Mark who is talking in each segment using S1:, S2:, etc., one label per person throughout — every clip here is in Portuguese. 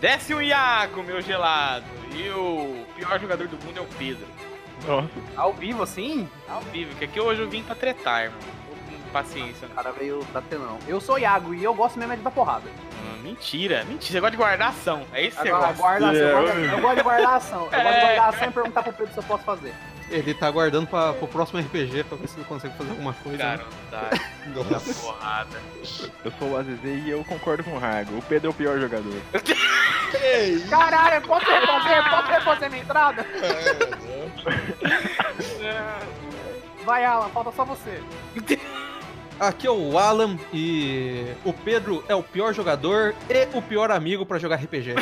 S1: Desce o Iago, meu gelado. E o pior jogador do mundo é o Pedro.
S2: Ó.
S1: Ao vivo, assim? Ao vivo, que aqui hoje eu vim pra tretar, irmão. Tô com Paciência.
S3: O cara veio bater não. Eu sou o Iago e eu gosto mesmo é de dar porrada.
S1: Ah, mentira, mentira. Você gosta de guardar ação. É isso que você
S3: Agora,
S1: gosta.
S3: guarda,
S2: É,
S3: eu, gosto, eu gosto de guardar ação. Eu gosto de guardar ação e perguntar pro Pedro se eu posso fazer.
S4: Ele tá aguardando pra, pro próximo RPG pra ver se ele consegue fazer alguma coisa.
S1: Cara,
S4: né?
S1: tá
S4: Nossa.
S1: porrada.
S2: Eu sou o Azizei e eu concordo com o Rago. O Pedro é o pior jogador.
S3: Caralho, posso refazer? Posso refazer minha entrada? Vai, Alan, falta só você.
S4: Aqui é o Alan e o Pedro é o pior jogador e o pior amigo pra jogar RPG.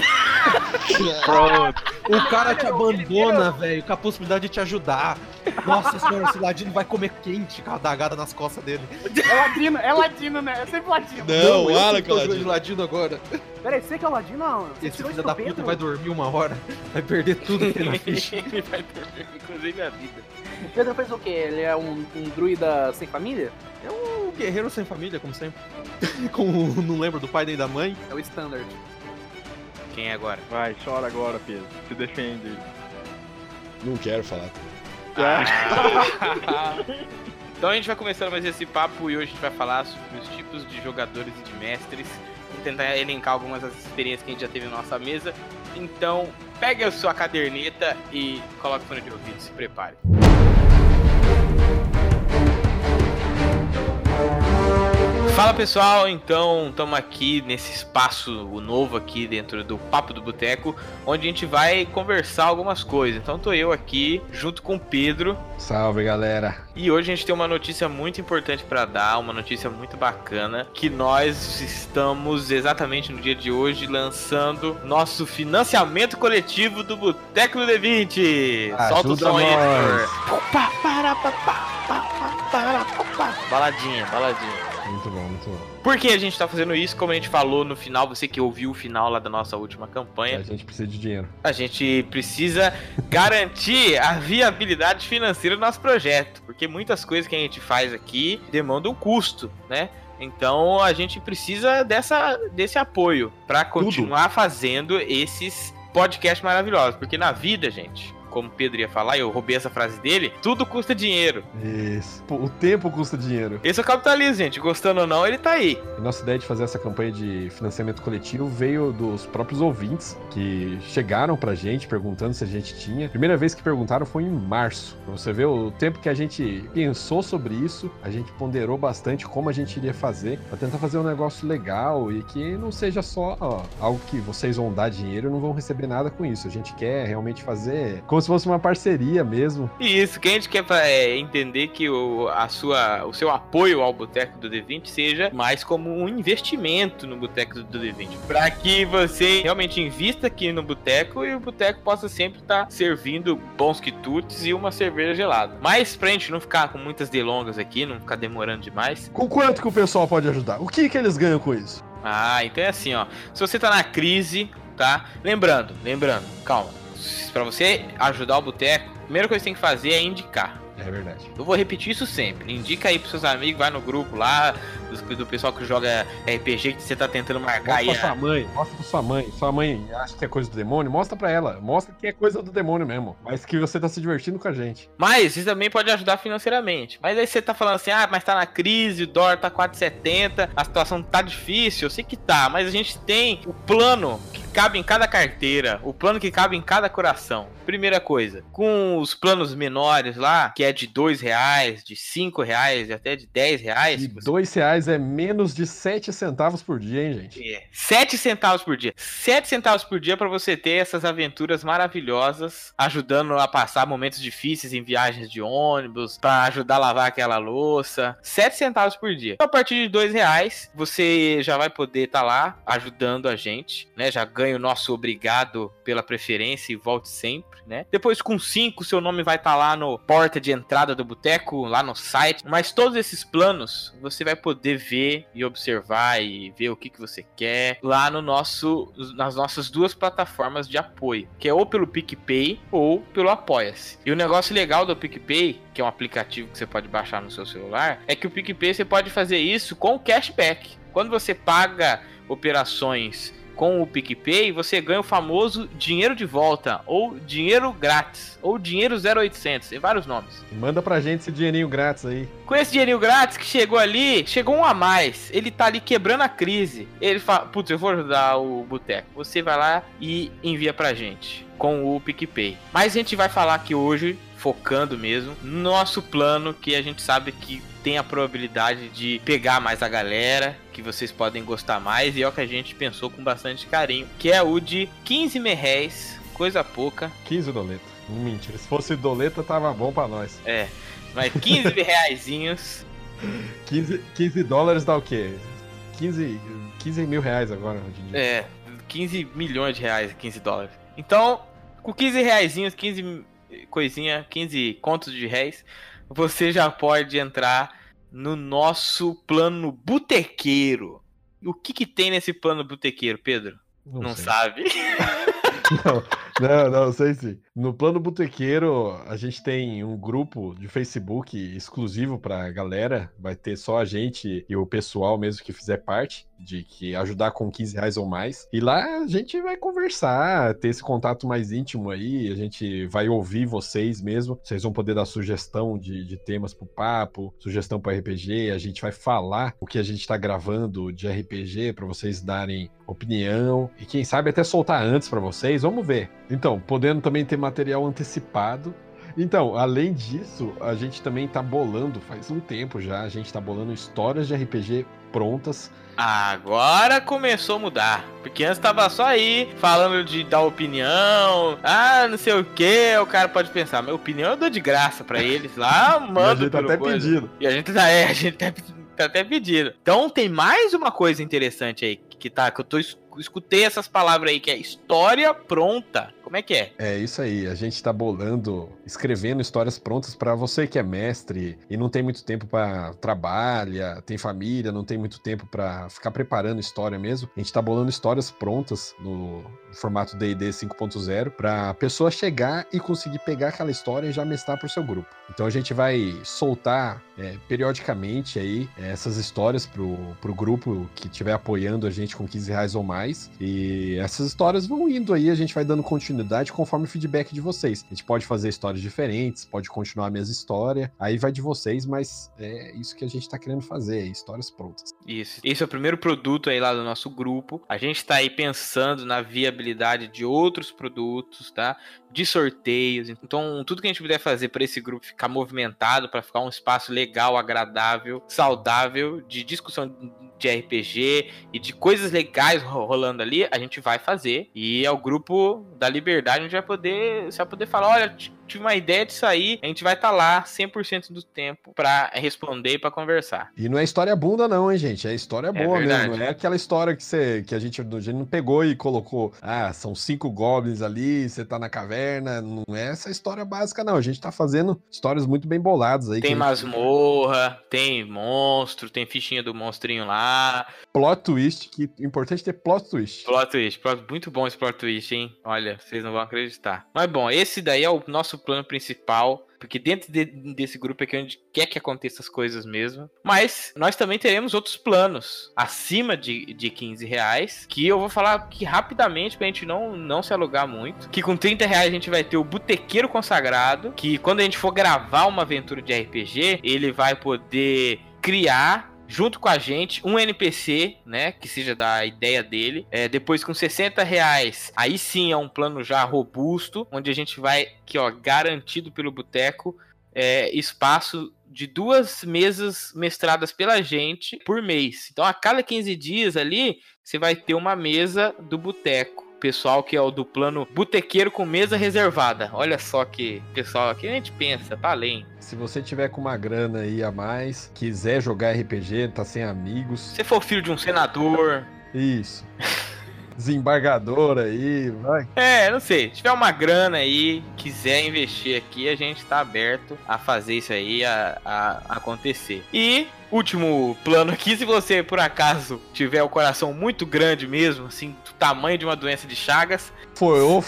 S2: Pronto.
S4: O cara te abandona, velho, com a possibilidade de te ajudar. Nossa senhora, esse ladino vai comer quente com a dagada nas costas dele.
S3: É ladino, é ladino, né? É sempre ladino.
S4: Não, o Alan
S5: que é o
S4: de ladino agora.
S3: Peraí, você que é o ladino, Alan? Você
S4: Esse
S3: tirou
S4: filho
S3: isso
S4: da
S3: do
S4: puta
S3: Pedro?
S4: vai dormir uma hora, vai perder tudo que ele na ficha.
S1: Ele vai perder, inclusive, a vida.
S3: O Pedro fez o quê? Ele é um, um druida sem família?
S4: É um guerreiro sem família, como sempre. Com, não lembro do pai nem da mãe.
S3: É o standard.
S1: Quem é agora?
S2: Vai, chora agora, Pedro. Se defende.
S5: Não quero falar.
S1: então a gente vai começando mais esse papo e hoje a gente vai falar sobre os tipos de jogadores e de mestres. Vamos tentar elencar algumas das experiências que a gente já teve na nossa mesa. Então, pegue a sua caderneta e coloque o fone de ouvido, se prepare. Fala pessoal, então estamos aqui nesse espaço novo aqui dentro do Papo do Boteco, onde a gente vai conversar algumas coisas. Então tô eu aqui junto com o Pedro,
S5: Salve, galera.
S1: e hoje a gente tem uma notícia muito importante pra dar, uma notícia muito bacana, que nós estamos exatamente no dia de hoje lançando nosso financiamento coletivo do Boteco do D20. Solta o
S5: Ah, Ajuda
S1: som aí,
S5: nós.
S1: Heitor. Baladinha, baladinha.
S5: Muito bom, muito bom.
S1: Por que a gente tá fazendo isso? Como a gente falou no final, você que ouviu o final lá da nossa última campanha,
S5: A gente precisa de dinheiro.
S1: a gente precisa garantir a viabilidade financeira do nosso projeto, porque muitas coisas que a gente faz aqui demandam um custo, né? Então a gente precisa dessa, desse apoio para continuar fazendo esses podcasts maravilhosos, porque na vida, gente, como o Pedro ia falar, eu roubei essa frase dele, tudo custa dinheiro.
S5: Isso. Pô, O tempo custa dinheiro.
S1: Esse é o capitalismo, gente. Gostando ou não, ele tá aí.
S5: E nossa ideia de fazer essa campanha de financiamento coletivo veio dos próprios ouvintes que chegaram pra gente perguntando se a gente tinha. Primeira vez que perguntaram foi em março. Pra você ver o tempo que a gente pensou sobre isso, a gente ponderou bastante como a gente iria fazer pra tentar fazer um negócio legal e que não seja só ó, algo que vocês vão dar dinheiro e não vão receber nada com isso. A gente quer realmente fazer como se fosse uma parceria mesmo.
S1: E isso, que a gente quer pra, é, entender que o, a sua, o seu apoio ao Boteco do D20 seja mais como um investimento no Boteco do D20. Para que você realmente invista aqui no Boteco e o Boteco possa sempre estar servindo bons quitutes e uma cerveja gelada. Mas pra gente não ficar com muitas delongas aqui, não ficar demorando demais,
S5: Com quanto que o pessoal pode ajudar? O que que eles ganham com isso?
S1: Ah, então é assim, ó. Se você tá na crise, tá? Lembrando, lembrando, calma. S- Pra você ajudar o boteco, a primeira coisa que você tem que fazer é indicar.
S5: É verdade.
S1: Eu vou repetir isso sempre. Indica aí pros seus amigos, vai no grupo lá, dos- do, pessoal que joga RPG que você tá tentando marcar
S5: Mostra
S1: aí.
S5: pra sua mãe, mostra pra sua mãe. Sua mãe acha que é coisa do demônio, mostra pra ela. Mostra que é coisa do demônio mesmo. Mas que você tá se divertindo com a gente.
S1: Mas isso também pode ajudar financeiramente. Mas aí você tá falando assim, ah, mas tá na crise, o dólar tá 4,70, a situação tá difícil, eu sei que tá, mas a gente tem o plano que cabe em cada carteira, o plano que cabe em cada coração. Primeira coisa, com os planos menores lá, que é de dois reais, de cinco reais e até de dez reais.
S5: E
S1: você-
S5: dois reais é menos de 7 centavos por dia, hein, gente?
S1: É, 7 centavos por dia. 7 centavos por dia pra você ter essas aventuras maravilhosas, ajudando a passar momentos difíceis em viagens de ônibus, pra ajudar a lavar aquela louça. 7 centavos por dia. Então, a partir de 2 reais, você já vai poder estar lá ajudando a gente, né? Já ganha o nosso obrigado pela preferência e volte sempre, né? Depois, com 5, seu nome vai estar lá no porta de entrada do boteco, lá no site. Mas todos esses planos você vai poder ver e observar e ver o que, que você quer lá no nosso, nas nossas duas plataformas de apoio, que é ou pelo PicPay ou pelo Apoia-se. E o negócio legal do PicPay, que é um aplicativo que você pode baixar no seu celular, é que o PicPay você pode fazer isso com cashback. Quando você paga operações com o PicPay, você ganha o famoso dinheiro de volta, ou dinheiro grátis, ou dinheiro 0800, tem vários nomes.
S5: Manda pra gente esse dinheirinho grátis aí.
S1: Com esse dinheirinho grátis que chegou ali, chegou um a mais. Ele tá ali quebrando a crise. Ele fala: Putz, eu vou ajudar o boteco. Você vai lá e envia pra gente com o PicPay. Mas a gente vai falar aqui hoje, focando mesmo, no nosso plano que a gente sabe que tem a probabilidade de pegar mais a galera, que vocês podem gostar mais, e é o que a gente pensou com bastante carinho, que é o de 15 merréis, coisa pouca,
S5: 15 doleta. Hum, Mentira, se fosse doleta tava bom pra nós.
S1: mas 15 reaisinhos.
S5: 15, 15 dólares dá o quê? 15, 15 mil reais agora, hoje em dia.
S1: É, 15 milhões de reais, 15 dólares. Então, com 15 reaisinhos, 15 coisinha, 15 contos de réis, você já pode entrar no nosso plano botequeiro. E O que que tem nesse plano botequeiro, Pedro? Não
S5: sei.
S1: sabe?
S5: Não, não, sei sim. No plano botequeiro, a gente tem um grupo de Facebook exclusivo pra galera. Vai ter só a gente e o pessoal mesmo que fizer parte, de que ajudar com 15 reais ou mais. E lá a gente vai conversar, ter esse contato mais íntimo aí. A gente vai ouvir vocês mesmo. Vocês vão poder dar sugestão de, de temas pro papo, sugestão para RPG. A gente vai falar o que a gente tá gravando de RPG pra vocês darem opinião e quem sabe até soltar antes pra vocês. Vamos ver. Então, podendo também ter material antecipado. Então, além disso, a gente também tá bolando, faz um tempo já, a gente tá bolando histórias de RPG prontas.
S1: Agora começou a mudar. Porque antes tava só aí, falando de dar opinião, ah, não sei o que, o cara pode pensar, minha opinião eu dou de graça pra eles lá,
S5: a
S1: mando
S5: gente tá
S1: pelo
S5: até
S1: coisa.
S5: pedindo.
S1: E a gente tá, é, a gente tá, tá até pedindo. Então tem mais uma coisa interessante aí que tá, que eu tô es- escutei essas palavras aí que é história pronta. Como é que é?
S5: É isso aí, a gente tá bolando, escrevendo histórias prontas pra você que é mestre e não tem muito tempo pra trabalha, tem família, não tem muito tempo pra ficar preparando história mesmo. A gente tá bolando histórias prontas no formato D&D 5.0 pra pessoa chegar e conseguir pegar aquela história e já mestrar pro seu grupo. Então a gente vai soltar é, periodicamente aí é, essas histórias pro, pro grupo que estiver apoiando a gente com 15 reais ou mais. E essas histórias vão indo aí, a gente vai dando continuidade conforme o feedback de vocês. A gente pode fazer histórias diferentes, pode continuar a mesma história, aí vai de vocês, mas é isso que a gente tá querendo fazer, é histórias prontas.
S1: Isso. Esse é o primeiro produto aí lá do nosso grupo. A gente tá aí pensando na viabilidade de outros produtos, tá? De sorteios. Então, tudo que a gente puder fazer para esse grupo ficar movimentado, para ficar um espaço legal, agradável, saudável, de discussão de RPG e de coisas legais ro- rolando ali, a gente vai fazer. E é o grupo da liberdade, a gente vai poder, você vai poder falar, olha, t- tive uma ideia disso aí, a gente vai estar lá 100% do tempo para responder e para conversar.
S5: E não é história bunda, não, hein, gente? É história boa mesmo.
S1: verdade.
S5: É aquela história que, você, que a, gente, a gente não pegou e colocou. Ah, são cinco goblins ali, você tá na caverna. Não é essa história básica, não. A gente tá fazendo histórias muito bem boladas aí. que
S1: Tem
S5: a gente-
S1: masmorra, tem monstro, tem fichinha do monstrinho lá.
S5: Plot twist, que o importante é ter plot twist.
S1: Plot twist, plot- muito bom esse plot twist, hein? Olha, vocês não vão acreditar. Mas bom, esse daí é o nosso plano principal. Porque dentro de- desse grupo aqui é onde quer que aconteça as coisas mesmo. Mas nós também teremos outros planos. Acima de, de 15 reais. Que eu vou falar aqui rapidamente pra gente não, não se alugar muito. Que com 30 reais a gente vai ter o Botequeiro Consagrado. Que quando a gente for gravar uma aventura de RPG, ele vai poder criar junto com a gente um NPC, né? Que seja da ideia dele. É, depois com 60 reais, aí sim é um plano já robusto, onde a gente vai, que ó, garantido pelo Boteco, é, espaço de duas mesas mestradas pela gente por mês. Então a cada 15 dias ali, você vai ter uma mesa do Boteco. Pessoal que é o do plano botequeiro com mesa reservada. Olha só que pessoal aqui a gente pensa, tá além.
S6: Se você tiver com uma grana aí a mais, quiser jogar RPG, tá sem amigos,
S1: Se for filho de um senador,
S6: isso. Desembargador aí, vai.
S1: É, não sei. Se tiver uma grana aí, quiser investir aqui, a gente tá aberto a fazer isso aí a, a acontecer. E último plano aqui, se você por acaso tiver o coração muito grande mesmo, assim, do tamanho de uma doença de Chagas,
S6: Foi ou,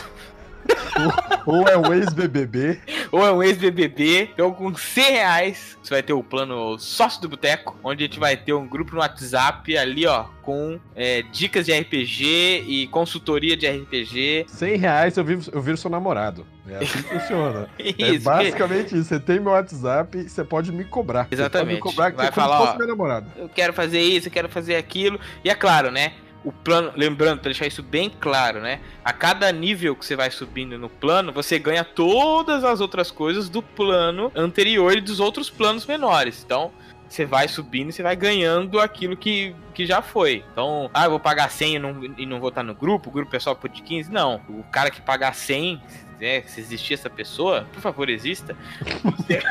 S6: ou é um ex-BBB.
S1: ou é um ex-BBB, então com 100 reais você vai ter o plano sócio do boteco, onde a gente vai ter um grupo no WhatsApp ali, ó, com é, dicas de RPG e consultoria de RPG.
S6: 100 reais eu viro, eu viro seu namorado. É assim que funciona. É
S1: Isso, que-
S6: basicamente isso. Você tem meu WhatsApp, você pode me cobrar. Você
S1: Exatamente.
S6: Pode me cobrar que
S1: Vai
S6: você como
S1: falar,
S6: se fosse
S1: ó,
S6: minha namorada.
S1: eu quero fazer isso, eu quero fazer aquilo. E é claro, né? O plano, lembrando, pra deixar isso bem claro, né? A cada nível que você vai subindo no plano, você ganha todas as outras coisas do plano anterior e dos outros planos menores. Então, você vai subindo e você vai ganhando aquilo que, que já foi. Então, ah, eu vou pagar 100 e não, e não vou estar no grupo, o grupo é só por de 15. Não, o cara que pagar 100, né, se existir essa pessoa, por favor, exista. Você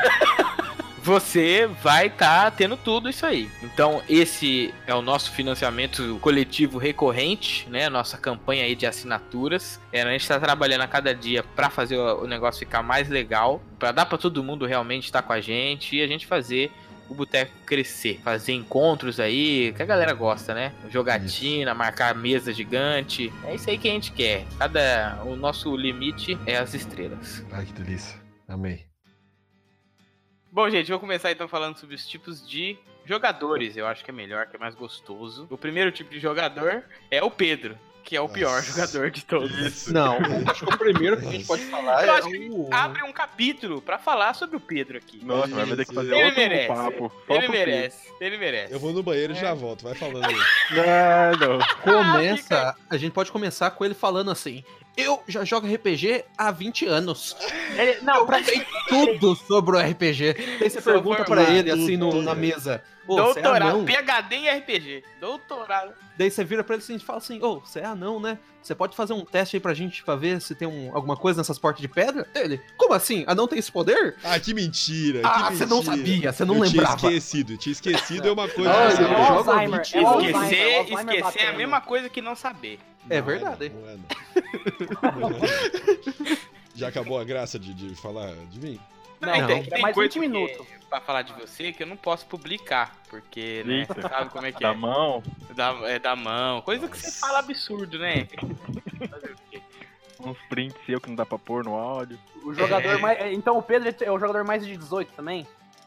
S1: você vai estar tendo tudo isso aí. Então, esse é o nosso financiamento coletivo recorrente, né? Nossa campanha aí de assinaturas. É, a gente está trabalhando a cada dia para fazer o o negócio ficar mais legal, para dar para todo mundo realmente estar com a gente e a gente fazer o boteco crescer, fazer encontros aí, que a galera gosta, né? Jogatina, marcar mesa gigante. É isso aí que a gente quer. Cada o nosso limite é as estrelas.
S6: Ai, que delícia. Amei.
S1: Bom, gente, vou começar então falando sobre os tipos de jogadores. Eu acho que é melhor, que é mais gostoso. O primeiro tipo de jogador é o Pedro, que é o pior jogador de todos.
S7: Não, acho que o primeiro que a gente pode falar
S1: Eu
S7: é
S1: acho que
S7: o.
S1: Abre um capítulo pra falar sobre o Pedro aqui.
S2: Nossa, vai ter que fazer
S1: Ele
S2: outro
S1: merece.
S2: papo. Só
S1: Ele
S2: pro
S1: merece, ele merece.
S5: Eu vou no banheiro e
S1: É.
S5: já volto, vai falando aí.
S2: Pedro. Ah, não.
S7: Começa. A gente pode começar com ele falando assim. Eu já jogo RPG há 20 anos.
S3: Ele, não, pra quem
S7: Tudo sobre o RPG. Daí você
S1: Sou
S7: pergunta pra
S5: formado,
S7: ele, assim, no- na mesa. Ô, você é
S1: Doutorado,
S7: anão?
S1: PHD em RPG. Doutorado.
S7: Daí você vira pra ele assim, e fala assim, ô, você é anão, né? Você pode fazer um teste aí pra gente pra ver se tem um- alguma coisa nessas portas de pedra? Ele, como assim? Anão tem esse poder?
S5: Ah, que mentira, que
S7: Ah,
S5: mentira.
S7: você não sabia, você não
S5: eu
S7: lembrava.
S5: tinha esquecido, tinha esquecido é uma coisa.
S7: Olha,
S5: que você
S7: eu
S5: não-
S7: jogo há
S3: Alzheimer,
S7: 20
S3: é
S7: anos.
S3: Alzheimer.
S1: Esquecer,
S3: Alzheimer
S1: esquecer é a
S3: batendo.
S1: mesma coisa que não saber.
S7: É
S5: Não,
S7: verdade.
S5: não, não é, não. Já acabou a graça de, de falar de mim?
S7: Não,
S1: Então,
S7: não.
S1: que
S3: É
S1: tem
S3: mais
S1: coisa
S3: 20
S1: que-
S3: minutos.
S1: Pra falar de você que eu não posso publicar, porque, né,
S2: Eita.
S1: você sabe como é que é.
S7: Tá
S2: Da mão?
S1: Da, é, da mão. Coisa que você fala absurdo, né?
S2: Uns prints Um seu que não dá pra pôr no áudio.
S3: O jogador
S1: É.
S3: mais. Então o Pedro é o jogador mais de 18 também?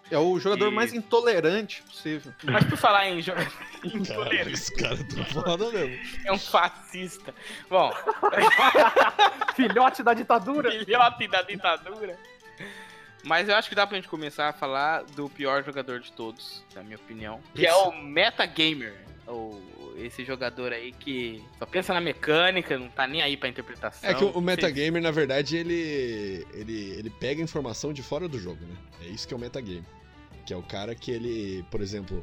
S7: É o jogador
S1: E-
S7: mais intolerante possível.
S1: Mas por falar em jo-
S5: Caralho,
S1: intolerante,
S5: os caras tão foda mesmo.
S1: é um fascista. Bom,
S3: Filhote da ditadura?
S1: filhote da ditadura. Mas eu acho que dá pra gente começar a falar do pior jogador de todos, na minha opinião. Que é o Metagamer. Ou esse jogador aí que só pensa na mecânica, não tá nem aí pra interpretação.
S5: É que o, o
S1: Vocês-
S5: metagamer, na verdade, ele, ele, ele pega informação de fora do jogo, né? É isso que é o metagame. Que é o cara que ele, por exemplo,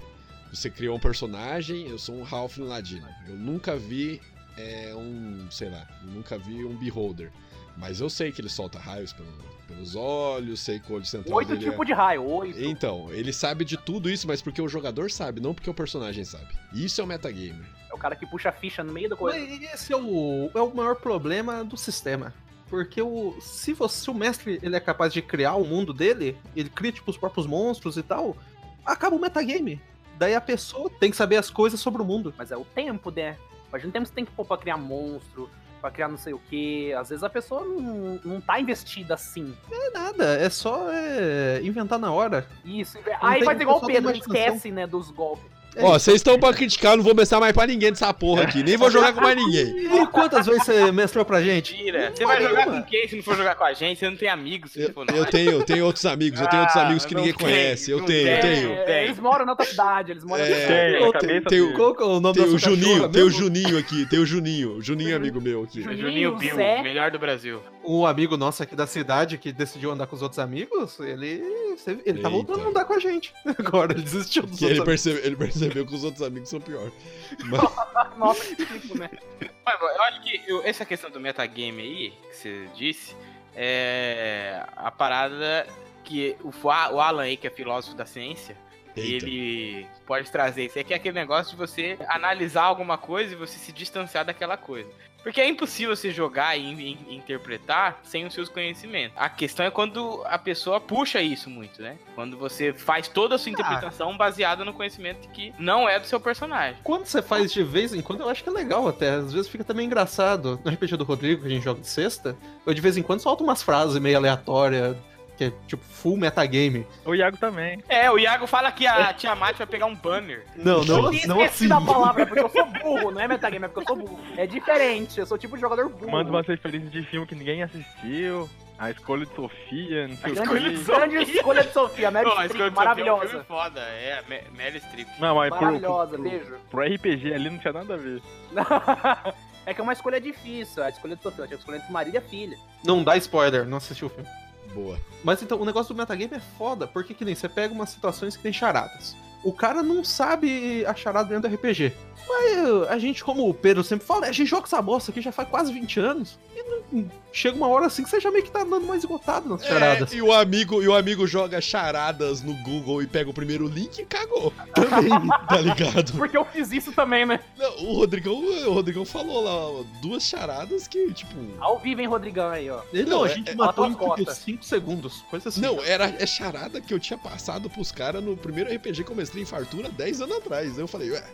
S5: você criou um personagem, eu sou um Ralph no Ladino. Eu nunca vi é, um, sei lá, eu nunca vi um Beholder. Mas eu sei que ele solta raios pelo- pelos olhos, sei que o olho central
S3: Oito
S5: dele é-
S3: tipos de raio, oito.
S5: Então, ele sabe de tudo isso, mas porque o jogador sabe, não porque o personagem sabe. Isso é o metagamer.
S3: É o cara que puxa a ficha no meio da coisa.
S7: Mas esse é o, é o maior problema do sistema. Porque o, se, você, se o mestre ele é capaz de criar o mundo dele, ele cria tipo, os próprios monstros e tal, acaba o metagame. Daí a pessoa tem que saber as coisas sobre o mundo.
S3: Mas é o tempo, né? Imagina o tempo que você tem que pôr pra criar monstro, pra criar não sei o que. Às vezes a pessoa não, não tá investida assim.
S7: Não é nada, é só é, inventar na hora.
S3: Isso. Aí
S7: tem-
S3: faz igual
S7: o pessoal
S3: o
S7: tem
S3: Pedro,
S7: imaginação.
S3: esquece, né, dos golpes.
S5: Ó, vocês estão pra criticar, eu não vou mestrar mais pra ninguém dessa porra aqui. Nem vou jogar com mais ninguém.
S7: E quantas vezes você mestrou pra gente?
S1: Mentira. Você vai jogar
S7: nenhuma.
S1: com quem se não for jogar com a gente? Você não tem amigos se
S5: Eu,
S1: não for nós.
S5: eu tenho, eu tenho outros amigos, eu tenho outros
S1: Tipo, Ah,
S5: amigos que
S1: não
S5: ninguém
S1: tem,
S5: conhece. Eu
S1: não
S5: tenho, eu
S1: tem.
S5: tenho.
S3: É, eles moram na outra cidade, eles moram na outra cidade.
S5: É,
S2: Tem,
S5: eu
S2: cabeça
S5: tenho-
S2: do-
S5: tenho-
S7: Qual que é o nome
S5: Tem
S7: da
S5: o
S7: sua
S5: Juninho,
S7: cachorra
S5: tem o
S7: mesmo?
S5: Juninho aqui, tem o Juninho. O Juninho é amigo meu aqui.
S1: É
S3: Juninho,
S1: Juninho Bill,
S3: Zé.
S1: melhor do Brasil.
S7: Um amigo nosso aqui da cidade que decidiu andar com os outros amigos, ele, ele tá voltando a
S5: Eita.
S7: andar com a gente. Agora ele desistiu dos
S5: Que ele,
S7: outros amigos.
S5: percebe, ele percebeu que os outros amigos são piores.
S3: Nossa, que tipo, né?
S1: Mas, bom, eu acho que eu- essa questão do metagame aí, que você disse, é a parada que o, Fa- o Alan aí, que é filósofo da ciência,
S5: Eita.
S1: ele pode trazer isso. É que é aquele negócio de você analisar alguma coisa e você se distanciar daquela coisa. Porque é impossível você jogar e in- in- interpretar sem os seus conhecimentos. A questão é quando a pessoa puxa isso muito, né? Quando você faz toda a sua interpretação baseada no conhecimento que não é do seu personagem.
S7: Quando você faz de vez em quando, eu acho que é legal até. Às vezes fica também engraçado. No RPG do Rodrigo, que a gente joga de sexta, eu de vez em quando solto umas frases meio aleatórias, que é tipo full metagame.
S2: O Iago também.
S1: É, o Iago fala que a Tia Mate vai pegar um banner.
S7: Não, não,
S3: Eu tinha
S7: não assim.
S3: esquecido a palavra, porque eu sou burro, não é metagame, é porque eu sou burro. É diferente, eu sou tipo de jogador burro.
S2: Manda
S1: Uhum.
S2: umas referências de filme que ninguém assistiu. A escolha de Sofia, não sei o
S3: Grande,
S2: que.
S3: grande escolha, de Sofia, Meryl
S1: Pô, a
S3: Streep,
S1: escolha do Sofia é um
S3: maravilhosa.
S1: filme é foda, é, Ma- Meryl Streep.
S2: Não, mas pro,
S3: Maravilhosa,
S2: pro-
S3: beijo.
S2: pro RPG ali não tinha nada a ver.
S3: é que é uma escolha difícil, a escolha de Sofia, eu tinha que escolher entre marido e filha.
S7: Não dá spoiler, não assistiu o filme.
S5: Boa.
S7: Mas então, o negócio do metagame é foda, porque que nem você pega umas situações que tem charadas. O cara não sabe a charada dentro do RPG. Mas eu- a gente, como o Pedro sempre fala, a gente joga essa bosta aqui já faz quase 20 anos. E não- chega uma hora assim que você já meio que tá andando mais esgotado nas charadas.
S5: É, e, o amigo, e o amigo joga charadas no Google e pega o primeiro link e cagou.
S7: Também.
S5: Tá ligado?
S3: Porque eu fiz isso também, né?
S5: Não, o, Rodrigão, o Rodrigão falou lá ó, duas charadas que, tipo.
S3: Ao vivo, hein, Rodrigão aí, ó.
S7: Não,
S5: Não,
S7: a
S5: é-
S7: gente
S5: é-
S7: matou em
S3: matou a
S7: tipo
S3: cota.
S7: 5 segundos. Coisa assim.
S5: Não, era é charada que eu tinha passado pros caras no primeiro RPG que eu mestrei em Fartura 10 anos atrás. Aí eu falei, ué,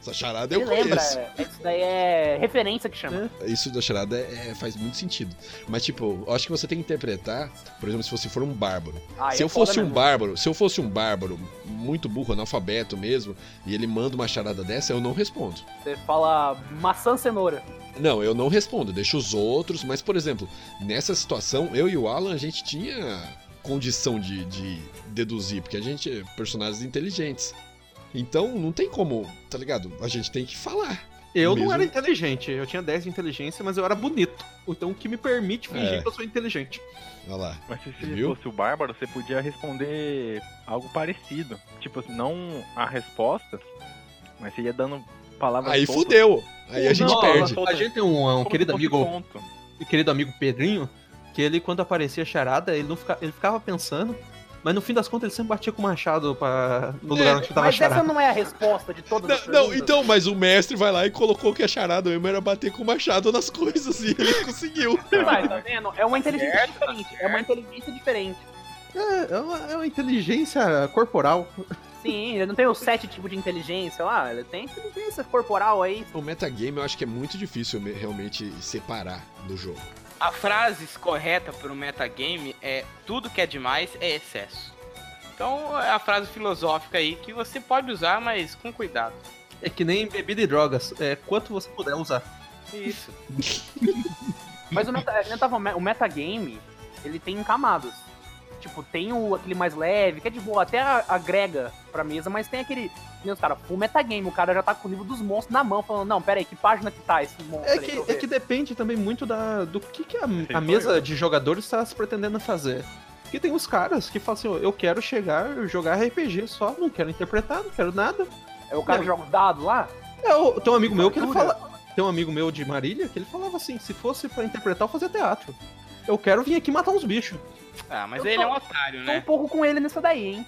S5: essa charada eu
S3: Me lembra,
S5: conheço.
S3: é, isso daí é referência que chama.
S5: Isso da charada é- é- faz muito sentido. Mas, tipo, eu acho que você tem que interpretar, por exemplo, se você for um bárbaro.
S3: Ah,
S5: se
S3: é
S5: eu
S3: foda
S5: fosse um
S3: mesmo.
S5: bárbaro, se eu fosse um bárbaro muito burro, analfabeto mesmo, e ele manda uma charada dessa, eu não respondo.
S3: Você fala maçã cenoura.
S5: Não, eu não respondo, eu deixo os outros, mas, por exemplo, nessa situação, eu e o Alan, a gente tinha condição de, de deduzir, porque a gente é personagens inteligentes. Então, não tem como, tá ligado? A gente tem que falar.
S7: Eu não
S5: mesmo.
S7: era inteligente. Eu tinha 10 de inteligência, mas eu era bonito. Então o que me permite fingir
S5: É.
S7: que eu sou inteligente.
S5: Olha lá.
S2: Mas se você
S5: Viu?
S2: fosse o Bárbaro, você podia responder algo parecido. Tipo assim, não a resposta, mas você ia dando palavras.
S5: Aí
S2: soltas,
S5: fudeu. Aí a gente
S7: Não,
S5: perde.
S7: A gente tem um, um
S2: como se
S7: querido
S2: fosse
S7: amigo
S2: tonto.
S7: o querido amigo Pedrinho, que ele, quando aparecia charada, ele, não fica, ele ficava pensando, mas no fim das contas ele sempre batia com o machado pra, no lugar onde tava a
S3: Mas essa
S7: charada.
S3: não é a resposta de todas as
S5: Não, não,
S3: perguntas.
S5: então, mas o mestre vai lá e colocou que a charada mesmo era bater com o machado nas coisas e ele conseguiu.
S3: Mas, tá vendo? É uma inteligência diferente. É uma inteligência diferente.
S7: É, é uma, é uma inteligência corporal.
S3: Sim, ele não tem os sete tipos de inteligência lá, ele tem inteligência corporal aí.
S5: O metagame eu acho que é muito difícil me- realmente separar do jogo.
S1: A frase correta para o metagame é tudo que é demais é excesso. Então é a frase filosófica aí que você pode usar, mas com cuidado.
S7: É que nem bebida e drogas. É quanto você puder usar.
S1: É Isso.
S3: Mas o, meta, é, eu tava- tá o metagame, ele tem camadas. Tipo, tem o, aquele mais leve, que é de boa, até a- agrega pra mesa, mas tem aquele. que nem os cara, o metagame, o cara já tá com o livro dos monstros na mão, falando, não, pera aí, que página que tá esse monstro
S7: É
S3: aí,
S7: que,
S3: deixa eu
S7: é
S3: ver."
S7: que depende também muito da, do que, que a, a mesa de jogadores está se pretendendo fazer. Porque tem uns caras que falam assim, "Ó, eu quero chegar, jogar RPG só, não quero interpretar, não quero nada.
S3: É o cara que joga o dado lá?
S7: É, o- tem um amigo meu que ele
S3: Cultura.
S7: fala. Tem um amigo meu de Marília que ele falava assim: se fosse pra interpretar, eu fazia teatro. Eu quero vir aqui matar uns bichos.
S1: Ah, mas
S3: Eu
S1: ele
S3: tô-
S1: é um otário,
S3: Tô um
S1: né?
S3: pouco com ele nessa daí, hein?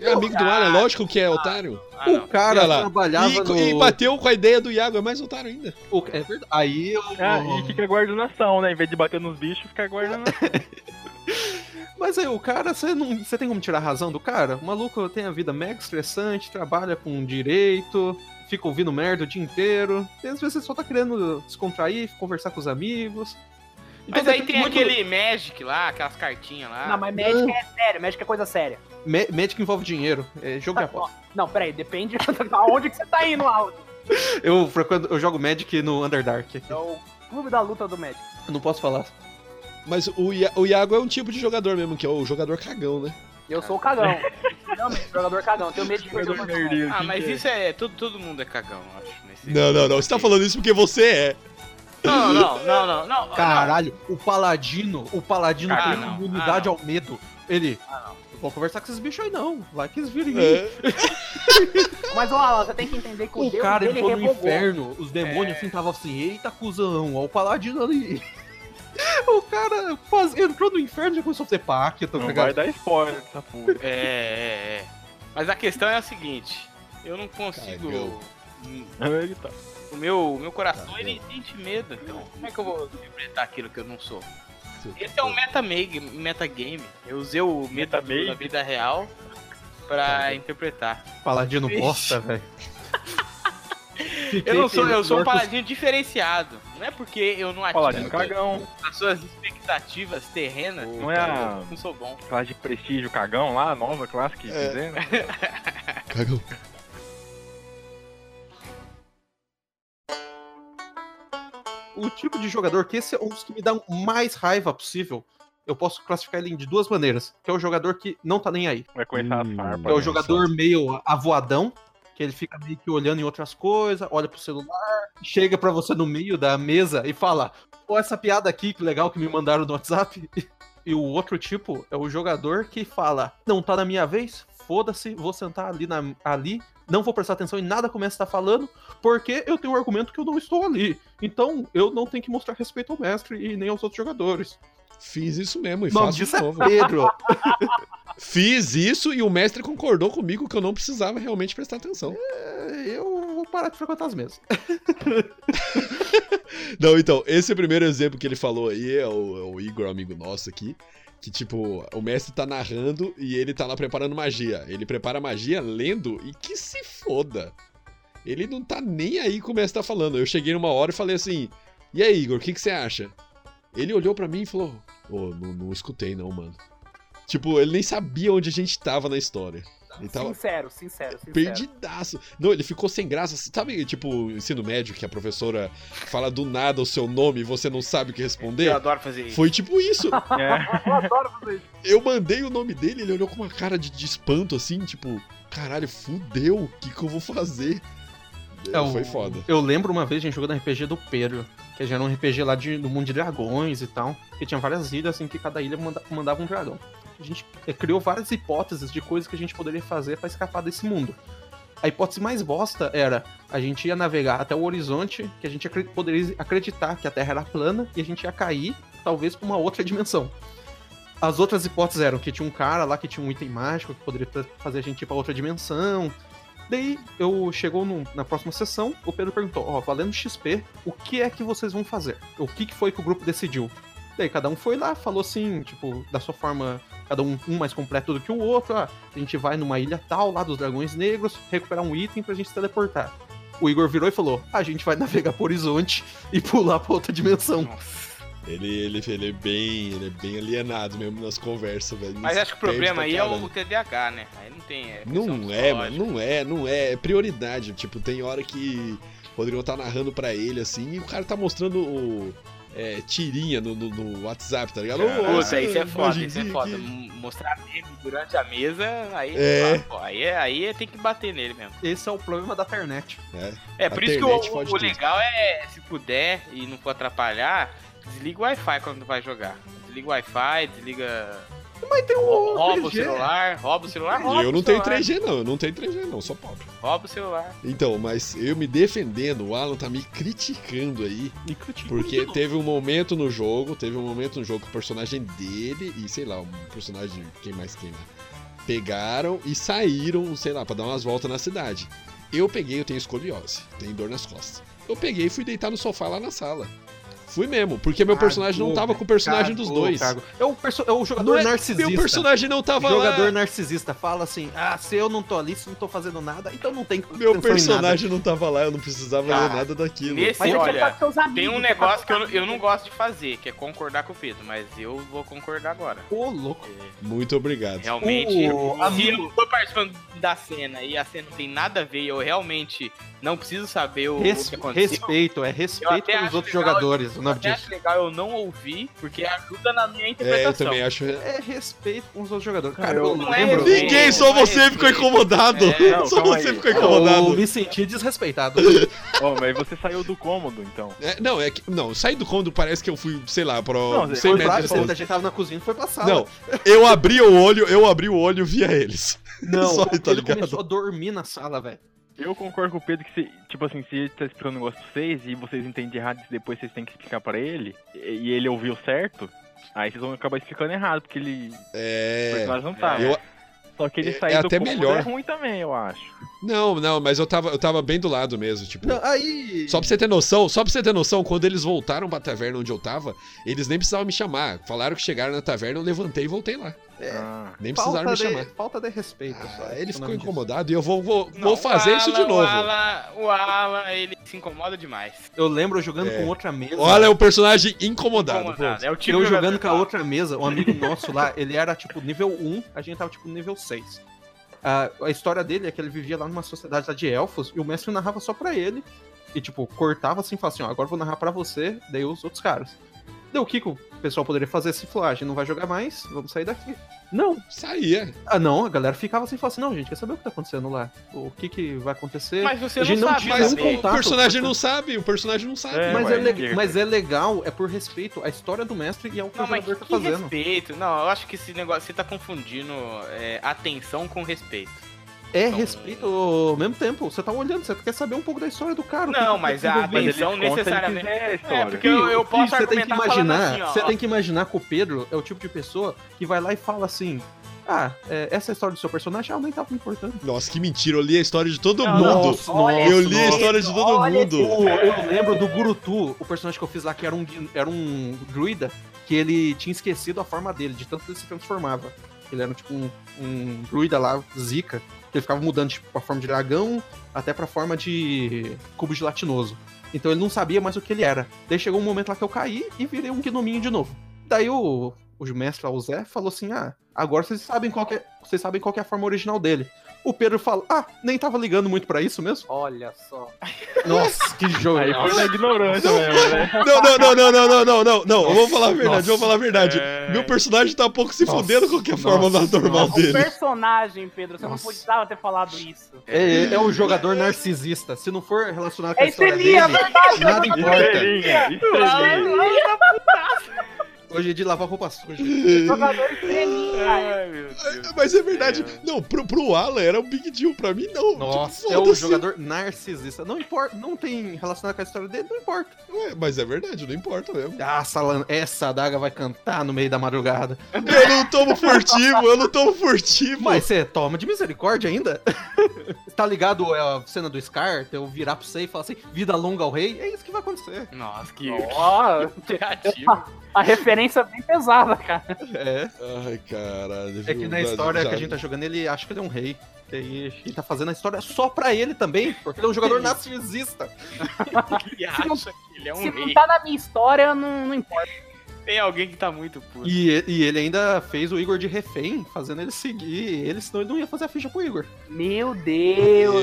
S5: É amigo do Alan, é lógico que é otário.
S1: Ah, não.
S7: o cara
S5: Olha lá.
S7: trabalhava
S5: E,
S7: no.
S5: e bateu com a ideia do Iago, é mais otário ainda.
S7: o- é verdade. Aí eu.
S2: Ah, e fica guardando ação, né? Em vez de bater nos bichos, fica guardando ação.
S7: Mas aí o cara, você não. Você tem como tirar a razão do cara? O maluco tem a vida mega estressante, trabalha com direito, fica ouvindo merda o dia inteiro. E às vezes você só tá querendo descontrair, conversar com os amigos. Então
S1: Mas aí
S7: depende
S1: tem
S7: muito-
S1: aquele Magic lá, aquelas cartinhas lá.
S3: não, mas Magic é sério, Magic é coisa séria.
S7: Me- médico envolve dinheiro. É jogo de
S3: Tá,
S7: aposta.
S3: Não, peraí, depende aonde que você tá indo, Aldo.
S7: Eu, frequento, eu jogo Magic no Underdark. aqui.
S3: É o clube da luta do médico.
S7: Não posso falar.
S5: Mas o, Ia- o Iago é um tipo de jogador mesmo, que é o jogador cagão, né?
S3: Eu sou o cagão. Realmente, jogador cagão. Tenho medo de perder o controle.
S2: nerdinho
S1: Ah,
S2: assim
S1: mas
S2: que-
S1: isso é. Todo, todo mundo é cagão, eu acho. nesse-
S5: Não, não, não. Você tá falando isso porque você é.
S1: Não, não, não, não. Ah, não, não.
S7: Caralho, o Paladino, o Paladino
S1: Ah,
S7: tem
S1: não.
S7: imunidade
S1: Ah,
S7: ao medo. Ele. Eu vou conversar com esses bichos aí não. Vai que eles viram em mim.
S5: É.
S3: Mas, ó, Alan, você tem que entender que o,
S7: O
S3: Deus
S7: cara
S3: dele
S7: entrou no
S3: revogou.
S7: inferno, os demônios assim tava assim, eita cuzão, ó o paladino ali. o cara faz- entrou no inferno e já começou a ter pacto, tá
S2: Não
S7: ligado?
S2: vai dar spoiler dessa porra.
S1: É, é, é. Mas a questão é a seguinte: eu não consigo.
S5: Cagão.
S1: Hum,
S2: Ele tá-
S1: O meu, o Tá, meu coração ele sente medo. Então, como é que eu vou interpretar aquilo que eu não sou? Esse é um metamag- metagame. Eu usei o medo
S2: Metamage?
S1: da vida real pra interpretar.
S7: Paladino
S1: Vixe.
S7: bosta, velho.
S1: Eu não sou, eu sou um paladino diferenciado. Não é porque eu não
S2: Falar
S1: atingo
S2: de cagão,
S1: as suas expectativas terrenas.
S2: não é a
S1: Eu não sou bom.
S2: classe de prestígio cagão lá, a nova classe que né?
S5: É.
S2: fizeram.
S5: Cagão.
S7: O tipo de jogador que esse é um dos que me dá mais raiva possível. Eu posso classificar ele de duas maneiras. Que é o jogador que não tá nem aí.
S2: Vai começar né?
S6: Hum,
S2: a farpa.
S7: É o
S5: Olha
S7: jogador meio avoadão, que ele fica meio que olhando em outras coisas, olha pro celular, chega pra você no meio da mesa e fala: Pô, essa piada aqui, que legal que me mandaram no WhatsApp. E o outro tipo é o jogador que fala: Não tá na minha vez, foda-se, vou sentar ali, na- ali, não vou prestar atenção em nada como você tá falando, porque eu tenho um argumento que eu não estou ali. Então eu não tenho que mostrar respeito ao mestre e nem aos outros jogadores.
S5: Fiz isso mesmo e
S7: Não,
S5: faço
S7: disso
S5: de
S7: é
S5: novo.
S7: Pedro,
S5: Fiz isso e o mestre concordou comigo que eu não precisava realmente prestar atenção.
S7: É, eu vou parar de frequentar as mesas.
S5: Não, então, esse primeiro exemplo que ele falou aí é o, é o Igor, amigo nosso aqui. Que, tipo, o mestre tá narrando e ele tá lá preparando magia. Ele prepara magia lendo e que se foda. Ele não tá nem aí com o mestre tá falando. Eu cheguei numa hora e falei assim: E aí, Igor, o que, que você acha? Ele olhou pra mim e falou: Ô, não, não escutei não, mano. Tipo, ele nem sabia onde a gente tava na história. Ele tava
S3: Sincero, sincero, sincero.
S5: Perdidaço. Não, ele ficou sem graça. Sabe, tipo, o ensino médio, que a professora fala do nada o seu nome e você não sabe o que
S1: Eu
S5: responder?
S1: adoro fazer isso.
S5: Foi tipo isso.
S2: É.
S3: Eu adoro fazer isso.
S5: Eu mandei o nome dele, ele olhou com uma cara de, de espanto, assim, tipo, caralho, fudeu, o que, que eu vou fazer?
S7: É, o-
S5: Foi foda.
S7: Eu lembro uma vez a gente jogando RPG do Pedro, que já era um RPG lá de, do mundo de dragões e tal, que tinha várias ilhas, assim, que cada ilha manda- mandava um dragão. A gente eh, criou várias hipóteses de coisas que a gente poderia fazer pra escapar desse mundo. A hipótese mais bosta era a gente ia navegar até o horizonte, que a gente acre- poderia acreditar que a Terra era plana e a gente ia cair, talvez, pra uma outra dimensão. As outras hipóteses eram que tinha um cara lá que tinha um item mágico que poderia tra- fazer a gente ir pra outra dimensão, Daí eu chegou no- na próxima sessão, o Pedro perguntou, ó, valendo XP, o que é que vocês vão fazer? O que, que foi que o grupo decidiu? Daí cada um foi lá, falou assim, tipo, da sua forma, cada um, um mais completo do que o outro, ah, a gente vai numa ilha tal, lá dos dragões negros, recuperar um item pra gente se teleportar. O Igor virou e falou, a gente vai navegar pro horizonte e pular pra outra dimensão.
S5: Ele, ele, ele é bem. Ele é bem alienado mesmo nas conversas, velho.
S1: Mas
S5: Ele
S1: acho que o
S5: perde
S1: problema
S5: pra
S1: aí é o,
S5: caralho.
S1: o TDAH, né? Aí não tem. é questão
S5: Não é,
S1: psicológica.
S5: mano, não é, não é. É prioridade. Tipo, tem hora que o Rodrigo tá narrando pra ele, assim, e o cara tá mostrando o. é, tirinha no, no- no WhatsApp, tá ligado? Ô,
S1: Puta,
S5: olha,
S1: isso é foda, isso é
S5: imagenzinha
S1: foda.
S5: aqui.
S1: M- Mostrar meme durante a mesa, aí,
S5: É.
S1: pô, aí, é- aí é- tem que bater nele mesmo.
S7: Esse é o problema da internet.
S1: É,
S5: A
S1: por isso que
S5: internet
S1: o- o,
S5: pode
S1: o
S5: tudo.
S1: legal é, se puder e não for atrapalhar, desliga o Wi-Fi quando vai jogar. Desliga o Wi-Fi, desliga.
S7: Mas tem um
S1: Rouba o
S7: 3G.
S1: celular, rouba o celular, rouba
S5: E eu
S1: o
S5: não tenho
S1: celular,
S5: 3G, não, eu não tenho 3G, não, só pobre.
S1: Rouba o celular.
S5: Então, mas eu me defendendo, o Alan tá me criticando aí,
S7: Me critica de
S5: porque
S7: novo.
S5: teve um momento no jogo, teve um momento no jogo que o personagem dele e, sei lá, um personagem, quem mais quem, né? Pegaram e saíram, sei lá, pra dar umas voltas na cidade. Eu peguei, eu tenho escoliose, tenho dor nas costas. Eu peguei e fui deitar no sofá lá na sala. Fui mesmo, porque meu personagem não tava com o personagem dos dois.
S7: É o, perso- é o
S5: Não
S7: jogador
S5: é-
S7: narcisista.
S5: Meu personagem não
S7: Tá
S5: tava
S7: jogador
S5: lá.
S7: narcisista fala assim: ah, se eu não tô ali, se eu não tô fazendo nada, então não tem
S5: Meu
S7: atenção em
S5: personagem não tava lá, eu não precisava
S1: Cara,
S5: ler nada daquilo.
S1: nesse-
S3: Mas é que ele
S1: Olha,
S3: tá com seus amigos.
S1: Tem um
S3: ele tá
S1: negócio
S3: com
S1: que eu, eu
S3: amigos.
S1: não gosto de fazer, que é concordar com o Pedro, mas eu vou concordar agora.
S7: nada. Ô, louco.
S5: Muito obrigado.
S1: É Realmente,
S7: O
S1: se eu
S7: amigo-
S1: não tô participando da cena e a cena não tem nada a ver e eu realmente não preciso saber o, o
S7: Res-
S1: que aconteceu,
S7: respeito, é
S1: Eu
S7: respeito
S1: até
S7: pelos
S1: acho
S7: outros
S1: legal
S7: jogadores, o
S1: eu
S7: nome
S1: até
S7: disso.
S1: acho legal eu não ouvir, porque ajuda na minha
S5: É, eu
S1: interpretação.
S5: também acho.
S7: É respeito com os outros jogadores.
S2: Cara,
S7: Cara, eu
S2: eu-
S1: Não
S7: lembro.
S1: é-
S5: Ninguém, só
S1: não é
S5: você ficou
S1: respeito.
S5: incomodado.
S1: É,
S2: não,
S5: só
S2: calma
S5: você
S2: aí.
S5: ficou
S7: Eu
S5: incomodado.
S7: me senti desrespeitado.
S2: Ó, mas você saiu do cômodo, então.
S5: É, não, é que. Não, sair do cômodo parece que eu fui, sei lá,
S2: Não,
S5: pro 100
S2: você foi
S5: metros
S7: Claro,
S5: de
S7: você, a
S5: distância.
S7: gente tava na cozinha e foi pra sala.
S5: Não, eu abri o olho, eu abri o olho e via eles.
S7: não
S5: só,
S7: ele
S5: tá ligado?
S7: começou a dormir na sala, velho.
S2: Eu concordo com o Pedro que, se, tipo assim, se ele tá explicando um negócio pra vocês e vocês entendem errado e depois vocês têm que explicar pra ele, e e ele ouviu certo, aí vocês vão acabar explicando errado, porque ele. o
S5: É.
S2: personagem não sabe.
S5: Eu-
S2: Só que ele
S5: é-
S2: sair
S5: é
S2: do
S5: até
S2: cômodo
S5: melhor.
S2: é ruim também, eu acho.
S5: Não, não, mas eu tava, eu tava bem do lado mesmo, tipo.
S7: Não, aí.
S5: Só pra você ter noção, só pra você ter noção, quando eles voltaram pra taverna onde eu tava, eles nem precisavam me chamar. Falaram que chegaram na taverna, eu levantei e voltei lá.
S7: É.
S2: Ah.
S5: Nem precisaram
S7: falta,
S5: me
S7: de,
S5: chamar.
S7: falta de respeito. só,
S5: Ah,
S7: é
S5: ele
S7: isso o
S5: ficou
S7: nome disso.
S5: incomodado e eu vou, vou,
S1: Não,
S5: vou
S1: o
S5: fazer isso de
S1: Alan-
S5: novo.
S1: O Ala, o Ala, ele se incomoda demais.
S7: Eu lembro eu jogando
S5: É.
S7: com outra mesa.
S5: Olha o personagem incomodado. pô.
S1: Incomodado. É o tipo de
S7: eu
S1: jogador
S7: jogando
S1: que
S7: com a outra mesa, um amigo nosso lá, ele era tipo nível 1, a gente tava tipo nível 6. Ah, a história dele é que ele vivia lá numa sociedade lá de elfos e o mestre narrava só pra ele. E tipo, cortava assim, falava assim: ó, agora eu vou narrar pra você, daí os outros caras. Deu o que, que o pessoal poderia fazer se falar, "Ah, a gente não vai jogar mais, vamos sair daqui. Não,
S5: Saía.
S7: ah não, a galera ficava assim, falava assim: não, gente, quer saber o que tá acontecendo lá? O que que vai acontecer?
S1: Mas você
S7: A
S1: não,
S7: gente não
S1: sabe.
S7: tinha
S5: Mas
S1: Mas
S5: o
S7: nenhum contato.
S5: personagem não sabe, o personagem não sabe.
S2: É,
S7: mas,
S2: ué,
S7: é le-
S2: diga.
S7: mas é legal, é por respeito à história do mestre e ao que
S1: Não,
S7: o
S1: mas
S7: jogador
S1: que
S7: tá fazendo.
S1: respeito. Não, eu acho que esse negócio... Você tá confundindo é, atenção com respeito.
S7: É
S1: Então-
S7: respeito ao mesmo tempo. Você tá olhando, você quer saber um pouco da história do cara. o que
S1: Não,
S7: que
S1: mas
S7: tá
S1: a
S7: envolvido.
S2: Mas ele
S1: atenção
S2: conta se ele
S1: necessariamente...
S2: quiser a
S1: É,
S2: história.
S1: porque eu, eu
S7: Ih,
S1: posso
S7: você tem que
S1: argumentar falando
S7: imaginar,
S1: assim, ó.
S7: você tem que imaginar que o Pedro é o tipo de pessoa que vai lá e fala assim: "Ah, é, essa é a história do seu personagem, ah, eu nem tava me importando".
S5: Nossa, que mentira. Eu li a história de todo
S3: Não,
S5: mundo.
S7: Nossa,
S3: Olha
S5: eu
S7: nossa,
S5: li a
S7: nossa.
S5: história de todo
S3: Olha
S5: mundo.
S7: O- eu lembro do Gurutu, o personagem que eu fiz lá que era um gui- era um druida que ele tinha esquecido a forma dele, de tanto que ele se transformava. Ele era tipo um, um druida lá, zica, que ele ficava mudando tipo pra forma de dragão até pra forma de cubo gelatinoso. Então ele não sabia mais o que ele era. Daí chegou um momento lá que eu caí e virei um gnominho de novo. Daí o, o mestre lá, o Zé, falou assim: "Ah, agora vocês sabem qual que é, vocês sabem qual que é a forma original dele". O Pedro fala: "Ah, nem tava ligando muito pra isso mesmo".
S3: Olha só.
S7: Nossa, que jogo.
S2: Aí foi na ignorância mesmo, é né?
S5: Não, não, não, não, não, não, não, não, não. Eu vou falar a verdade, eu vou falar a verdade.
S1: É.
S5: Meu personagem tá um pouco se
S7: Nossa,
S5: fudendo com qualquer forma
S7: nossa,
S5: normal
S7: nossa.
S3: O
S5: dele.
S3: um personagem, Pedro, você
S7: Nossa.
S3: não precisava ter falado isso.
S7: É, é um jogador narcisista. Se não for relacionado com a
S3: É
S7: história
S3: estrelinha, é
S7: dele, nada
S2: é
S7: importa.
S2: Estrelinha, estrelinha.
S7: Hoje é de lavar roupa suja.
S1: um
S3: Jogador
S1: É.
S3: estrelinha.
S1: Ai, meu Deus.
S5: Mas é verdade. Não, pro, pro Alan era um big deal. Pra mim, não.
S7: Nossa,
S5: Tipo,
S7: é um
S5: foda-se.
S7: jogador narcisista. Não importa, não tem relacionado com a história dele, não importa.
S5: Ué, mas é verdade, não importa mesmo.
S7: Ah, Salan, essa adaga vai cantar no meio da madrugada.
S5: Eu não tomo furtivo, eu não tomo furtivo.
S7: Mas você toma de misericórdia ainda? tá ligado a cena do Scar? Eu virar pro você e falar assim, vida longa ao rei? É isso que vai acontecer.
S1: Nossa, que...
S3: Ó,
S1: Criativo.
S3: a referência é bem pesada, cara.
S7: É.
S5: Ai, caralho.
S7: É que
S5: viu?
S7: na
S5: Mas
S7: história
S5: já-
S7: que a gente tá jogando, ele acha que ele é um rei. E aí ele tá fazendo a história só pra ele também, porque ele é um jogador narcisista.
S1: Ele acha que ele é
S3: Se
S1: um
S3: não
S1: rei.
S3: tá na minha história, não, não importa.
S1: Tem alguém que tá muito puto.
S7: E, e- e ele ainda fez o Igor de refém, fazendo ele seguir ele, senão ele não ia fazer a ficha pro Igor.
S3: Meu Deus.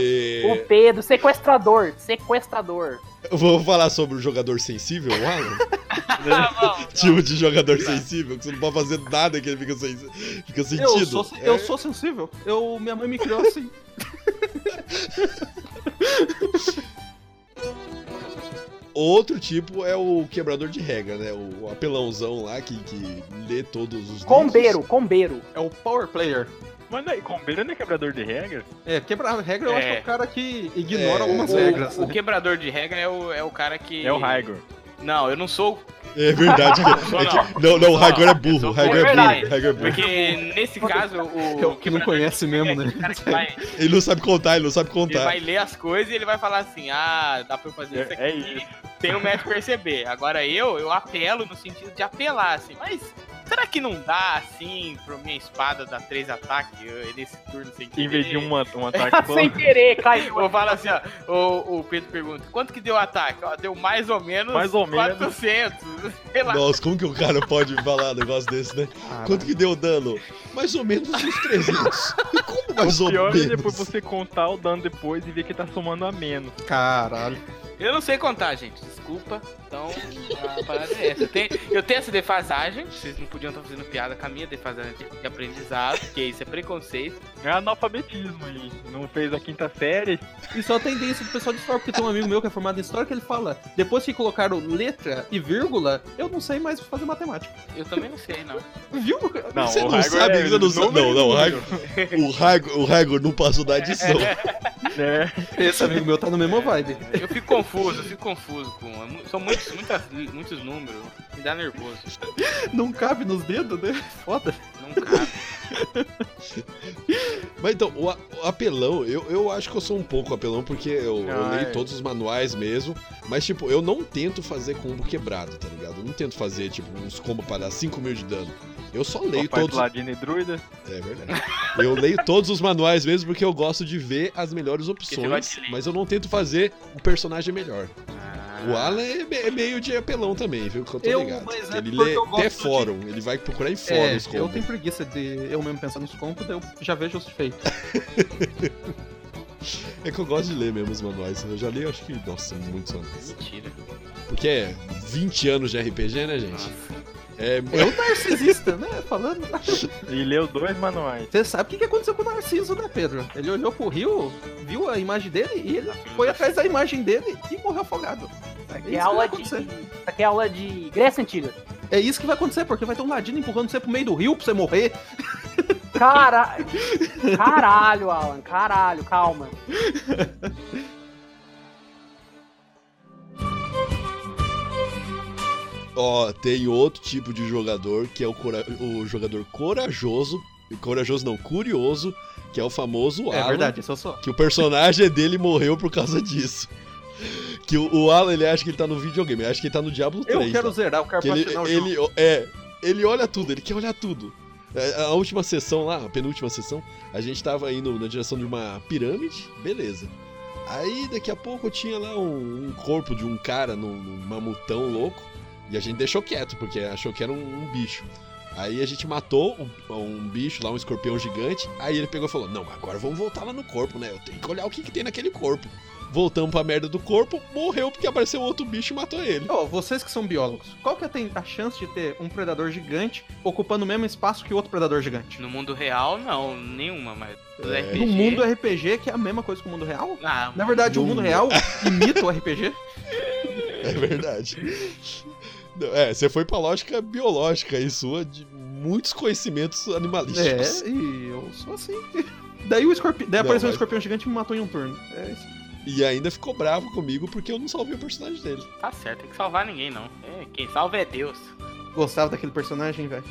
S3: O Pedro, sequestrador, sequestrador.
S5: Eu Vou falar sobre o jogador sensível, o Alan?
S1: Ah, bom.
S5: tipo de jogador sensível, que você não pode fazer nada que ele fica, sens... fica sentido. É.
S7: Eu sou, eu sou sensível. Eu, minha mãe me criou assim.
S5: Outro tipo é o quebrador de regra, né? O apelãozão lá que, que lê todos os.
S3: Combeiro, combeiro.
S7: É o power player.
S2: Mas aí, combeiro não é quebrador de regra?
S7: É, quebrar a regra eu acho que
S1: É.
S7: é o cara que ignora
S5: É.
S7: algumas
S5: O-
S7: regras. né?
S1: O, o quebrador de regra é o, é o cara que.
S2: É o Raigor.
S1: Não, eu não sou.
S5: É verdade. é que-
S1: Só
S5: é
S1: não.
S5: que- não, não, o Raigor é burro. O
S1: Só
S5: Raigor é
S1: burro.
S5: burro. o Raigor é burro.
S1: Porque nesse caso, o.
S7: É o que não conhece mesmo, né?
S1: O cara que vai, ele
S5: Ele não sabe contar, ele não sabe contar.
S1: vai ler as coisas e ele vai falar assim: ah, dá pra eu fazer isso aqui.
S2: É, é isso.
S1: Tem o médico perceber. Agora eu, eu apelo no sentido de apelar, assim, mas. Será que não dá, assim, pra minha espada dar três ataques eu- nesse turno sem querer?
S2: Em vez de um, at-
S1: É,
S2: um ataque só.
S3: Sem querer, caiu.
S1: Ou fala assim, ó, o, o Pedro pergunta, quanto que deu o ataque? Ó, deu mais ou menos
S2: Mais ou menos.
S1: 400. Sei lá,
S5: Nossa, como que o cara pode falar um negócio desse, né?
S7: Ah,
S5: Quanto que deu o dano? Mais ou menos uns 300. Como mais ou
S2: Pior
S5: menos?
S2: é depois você contar o dano depois e ver que tá somando a menos.
S7: Caralho.
S1: Eu não sei contar, gente. Desculpa. Então, a parada é essa. Eu tenho, eu tenho essa defasagem. Vocês não podiam estar fazendo piada com a minha defasagem de, de aprendizado, porque isso é preconceito.
S2: É analfabetismo aí. Não fez a quinta série,
S7: E só tem é tendência do pessoal de história, porque tem um amigo meu que é formado em história que ele fala: depois que colocaram letra e vírgula, eu não sei mais fazer matemática.
S1: Eu também não sei, não.
S7: Viu?
S2: Não,
S5: Você
S2: o
S5: não
S2: Raigor
S5: sabe,
S2: é
S5: você não sabe.
S2: número
S5: Não, não, o
S2: e
S5: Raigor, o, Raigor, o Raigor não passou
S1: É.
S5: da edição.
S2: né?
S7: Esse amigo meu tá no mesmo vibe.
S1: Eu fico confuso, eu fico confuso com. é mu- São muitos, muitas- muitos números. Me dá nervoso.
S7: Não cabe nos dedos, né? Foda.
S1: Não cabe.
S5: Mas então, o, a- o apelão, eu, eu acho que eu sou um pouco apelão, porque eu, eu
S2: Ah,
S5: leio
S2: é.
S5: todos os manuais mesmo. Mas, tipo, eu não tento fazer combo quebrado, tá ligado? Eu não tento fazer, tipo, uns combos pra dar 5 mil de dano. Eu só leio
S2: Papai
S5: todos.
S2: Paladino e Druida.
S5: É verdade. Eu leio todos os manuais mesmo porque eu gosto de ver as melhores
S1: você gosta de
S5: opções,
S1: ler. Ah.
S5: mas eu não tento fazer o personagem melhor. O Alan é, me- é meio de apelão também, viu? Que eu tô
S7: Eu-
S5: ligado.
S7: mas é
S5: ele
S7: porque
S5: lê
S7: eu gosto
S5: até
S7: de-
S5: fórum, ele vai procurar em
S7: É,
S5: fóruns.
S7: eu
S5: como.
S7: tenho preguiça de eu mesmo pensar nos contos, daí eu já vejo os feitos.
S5: É que eu gosto de ler mesmo os manuais. Eu já li, acho que, nossa, muitos anos.
S1: Mentira.
S5: Porque é 20 anos de RPG, né, gente? É,
S7: É o narcisista, né? Falando.
S2: E leu dois manuais.
S7: Você sabe o que que aconteceu com o Narciso, né, Pedro? Ele olhou pro rio, viu a imagem dele e ele foi atrás da imagem dele e morreu afogado. É isso
S3: Que
S7: que
S3: é aula
S7: vai
S3: de.
S7: acontecer.
S3: Isso aqui é aula de Grécia Antiga.
S7: É isso que vai acontecer, porque vai ter um ladino empurrando você pro meio do rio pra você morrer. É
S3: Cara... caralho, Alan, caralho, calma.
S5: Ó, tem outro tipo de jogador que é o, cora- o jogador corajoso. Corajoso não, curioso, que é o famoso Alan.
S7: isso eu sou.
S5: Que o personagem dele morreu por causa disso. Que o, o Alan, ele acha que ele tá no videogame, ele acha que ele tá no Diablo 3.
S7: Eu quero
S5: lá.
S7: zerar, eu quero
S5: que ele,
S7: platinar o jogo.
S5: ele, é, ele olha tudo, ele quer olhar tudo. É, A última sessão lá, a penúltima sessão, a gente tava indo na direção de uma pirâmide, beleza. Aí daqui a pouco tinha lá um, um corpo de um cara num, num mamutão louco. E a gente deixou quieto, porque achou que era um, um bicho. Aí a gente matou um, um bicho lá, um escorpião gigante. Aí ele pegou e falou: Não, agora vamos voltar lá no corpo, né? Eu tenho que olhar o que, que tem naquele corpo. Voltamos pra merda do corpo, morreu porque apareceu outro bicho e matou ele.
S7: Ó, vocês que são biólogos, qual que é tem- a chance de ter um predador gigante ocupando o mesmo espaço que outro predador gigante?
S1: No mundo real, não, nenhuma, mas.
S2: É.
S1: No
S7: No mundo RPG, que é a mesma coisa que o mundo real?
S1: Ah,
S7: Na verdade, o
S5: Não.
S7: mundo real imita o RPG.
S5: É verdade. Não, É, você foi pra lógica biológica e sua de muitos conhecimentos animalísticos.
S7: É, e eu sou assim. Daí o escorpião. Daí
S5: Não,
S7: apareceu um
S5: mas-
S7: escorpião gigante e me matou em um turno. É isso.
S5: E ainda ficou bravo comigo porque eu não salvei o personagem dele.
S1: tá certo, tem que salvar ninguém, não. É, quem salva é Deus.
S7: Gostava daquele personagem, velho.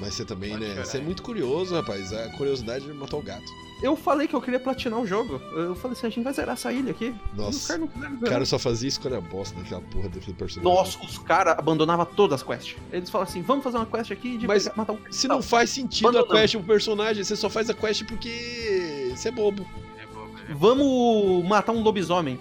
S5: Mas você também,
S1: Pode
S5: né?
S1: chorar.
S5: Você é muito curioso, rapaz. A curiosidade matou o gato.
S7: Eu falei que eu queria platinar o jogo. Eu falei assim, a gente vai zerar essa ilha aqui. Os
S5: Nossa,
S7: caras não quiseram
S5: o
S7: zerar.
S5: cara só fazia escolha bosta naquela porra daquele personagem.
S7: Nossa, os caras abandonavam todas as quests. Eles falam assim, vamos fazer uma quest aqui de
S5: Mas
S7: pegar- matar um
S5: Se não faz sentido a
S7: Abandonando.
S5: quest pro personagem, você só faz a quest porque você é bobo.
S7: Vamos matar um lobisomem.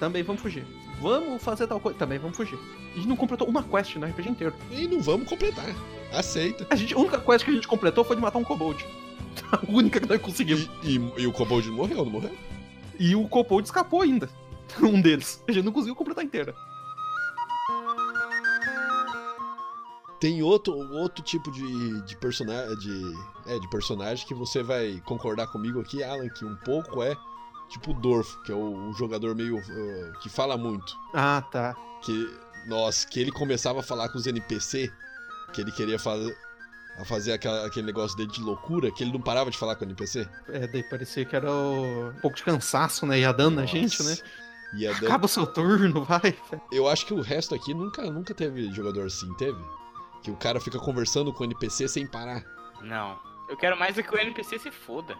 S7: Também vamos fugir. Vamos fazer tal coisa. Também vamos fugir. A gente não completou uma quest no RPG inteiro.
S5: E não vamos completar. Aceita.
S7: A, gente, a única quest que a gente completou foi de matar um kobold. A única que nós conseguimos.
S5: E, e- e o Cobold não morreu, não morreu?
S7: E o kobold escapou ainda. Um deles. A gente não conseguiu completar inteira.
S5: Tem outro, outro tipo de, de personagem. De, é, de personagem que você vai concordar comigo aqui, Alan, que um pouco é tipo o Dorfo, que é o, o jogador meio. uh, que fala muito.
S7: Ah, tá.
S5: Que. Nossa, que ele começava a falar com os NPC, que ele queria fazer. A fazer aquela- aquele negócio dele de loucura, que ele não parava de falar com o NPC.
S7: É, daí parecia que era o... um pouco de cansaço, né? Ia dando na gente, né?
S5: Nossa. Ia dando...
S7: Acaba o seu turno, vai.
S5: Eu acho que o resto aqui nunca, nunca teve jogador assim, teve? Que o cara fica conversando com o NPC sem parar.
S1: Não. Eu quero mais é que o NPC se foda.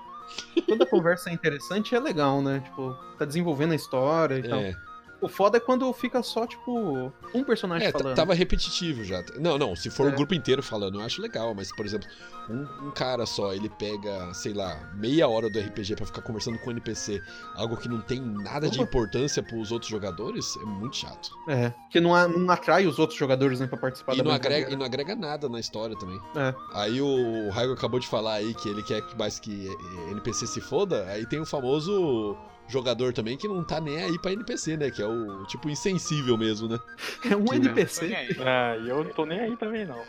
S7: Quando a conversa é interessante, é legal, né? Tipo, tá desenvolvendo a história e tal.
S5: É,
S7: O foda é quando fica só, tipo, um personagem
S5: é, t-
S7: falando.
S5: tava repetitivo já. Não, não, se for
S7: É.
S5: o grupo inteiro falando, eu acho legal, mas, por exemplo, um, um cara só, ele pega, sei lá, meia hora do RPG pra ficar conversando com o NPC, algo que não tem nada de
S7: Opa.
S5: importância pros outros jogadores, é muito chato.
S7: É, que não, a- não atrai os outros jogadores, né, pra participar
S5: E
S7: da
S5: não,
S7: brincadeira.
S5: agrega, e não agrega nada na história também.
S7: É.
S5: Aí o Raigo acabou de falar aí que ele quer que mais que eh, NPC se foda. Aí tem o famoso jogador também que não tá nem aí pra NPC, né? Que é o tipo insensível mesmo, né?
S7: É um
S5: Que
S7: NPC.
S2: Ah, e eu não tô nem aí também, não.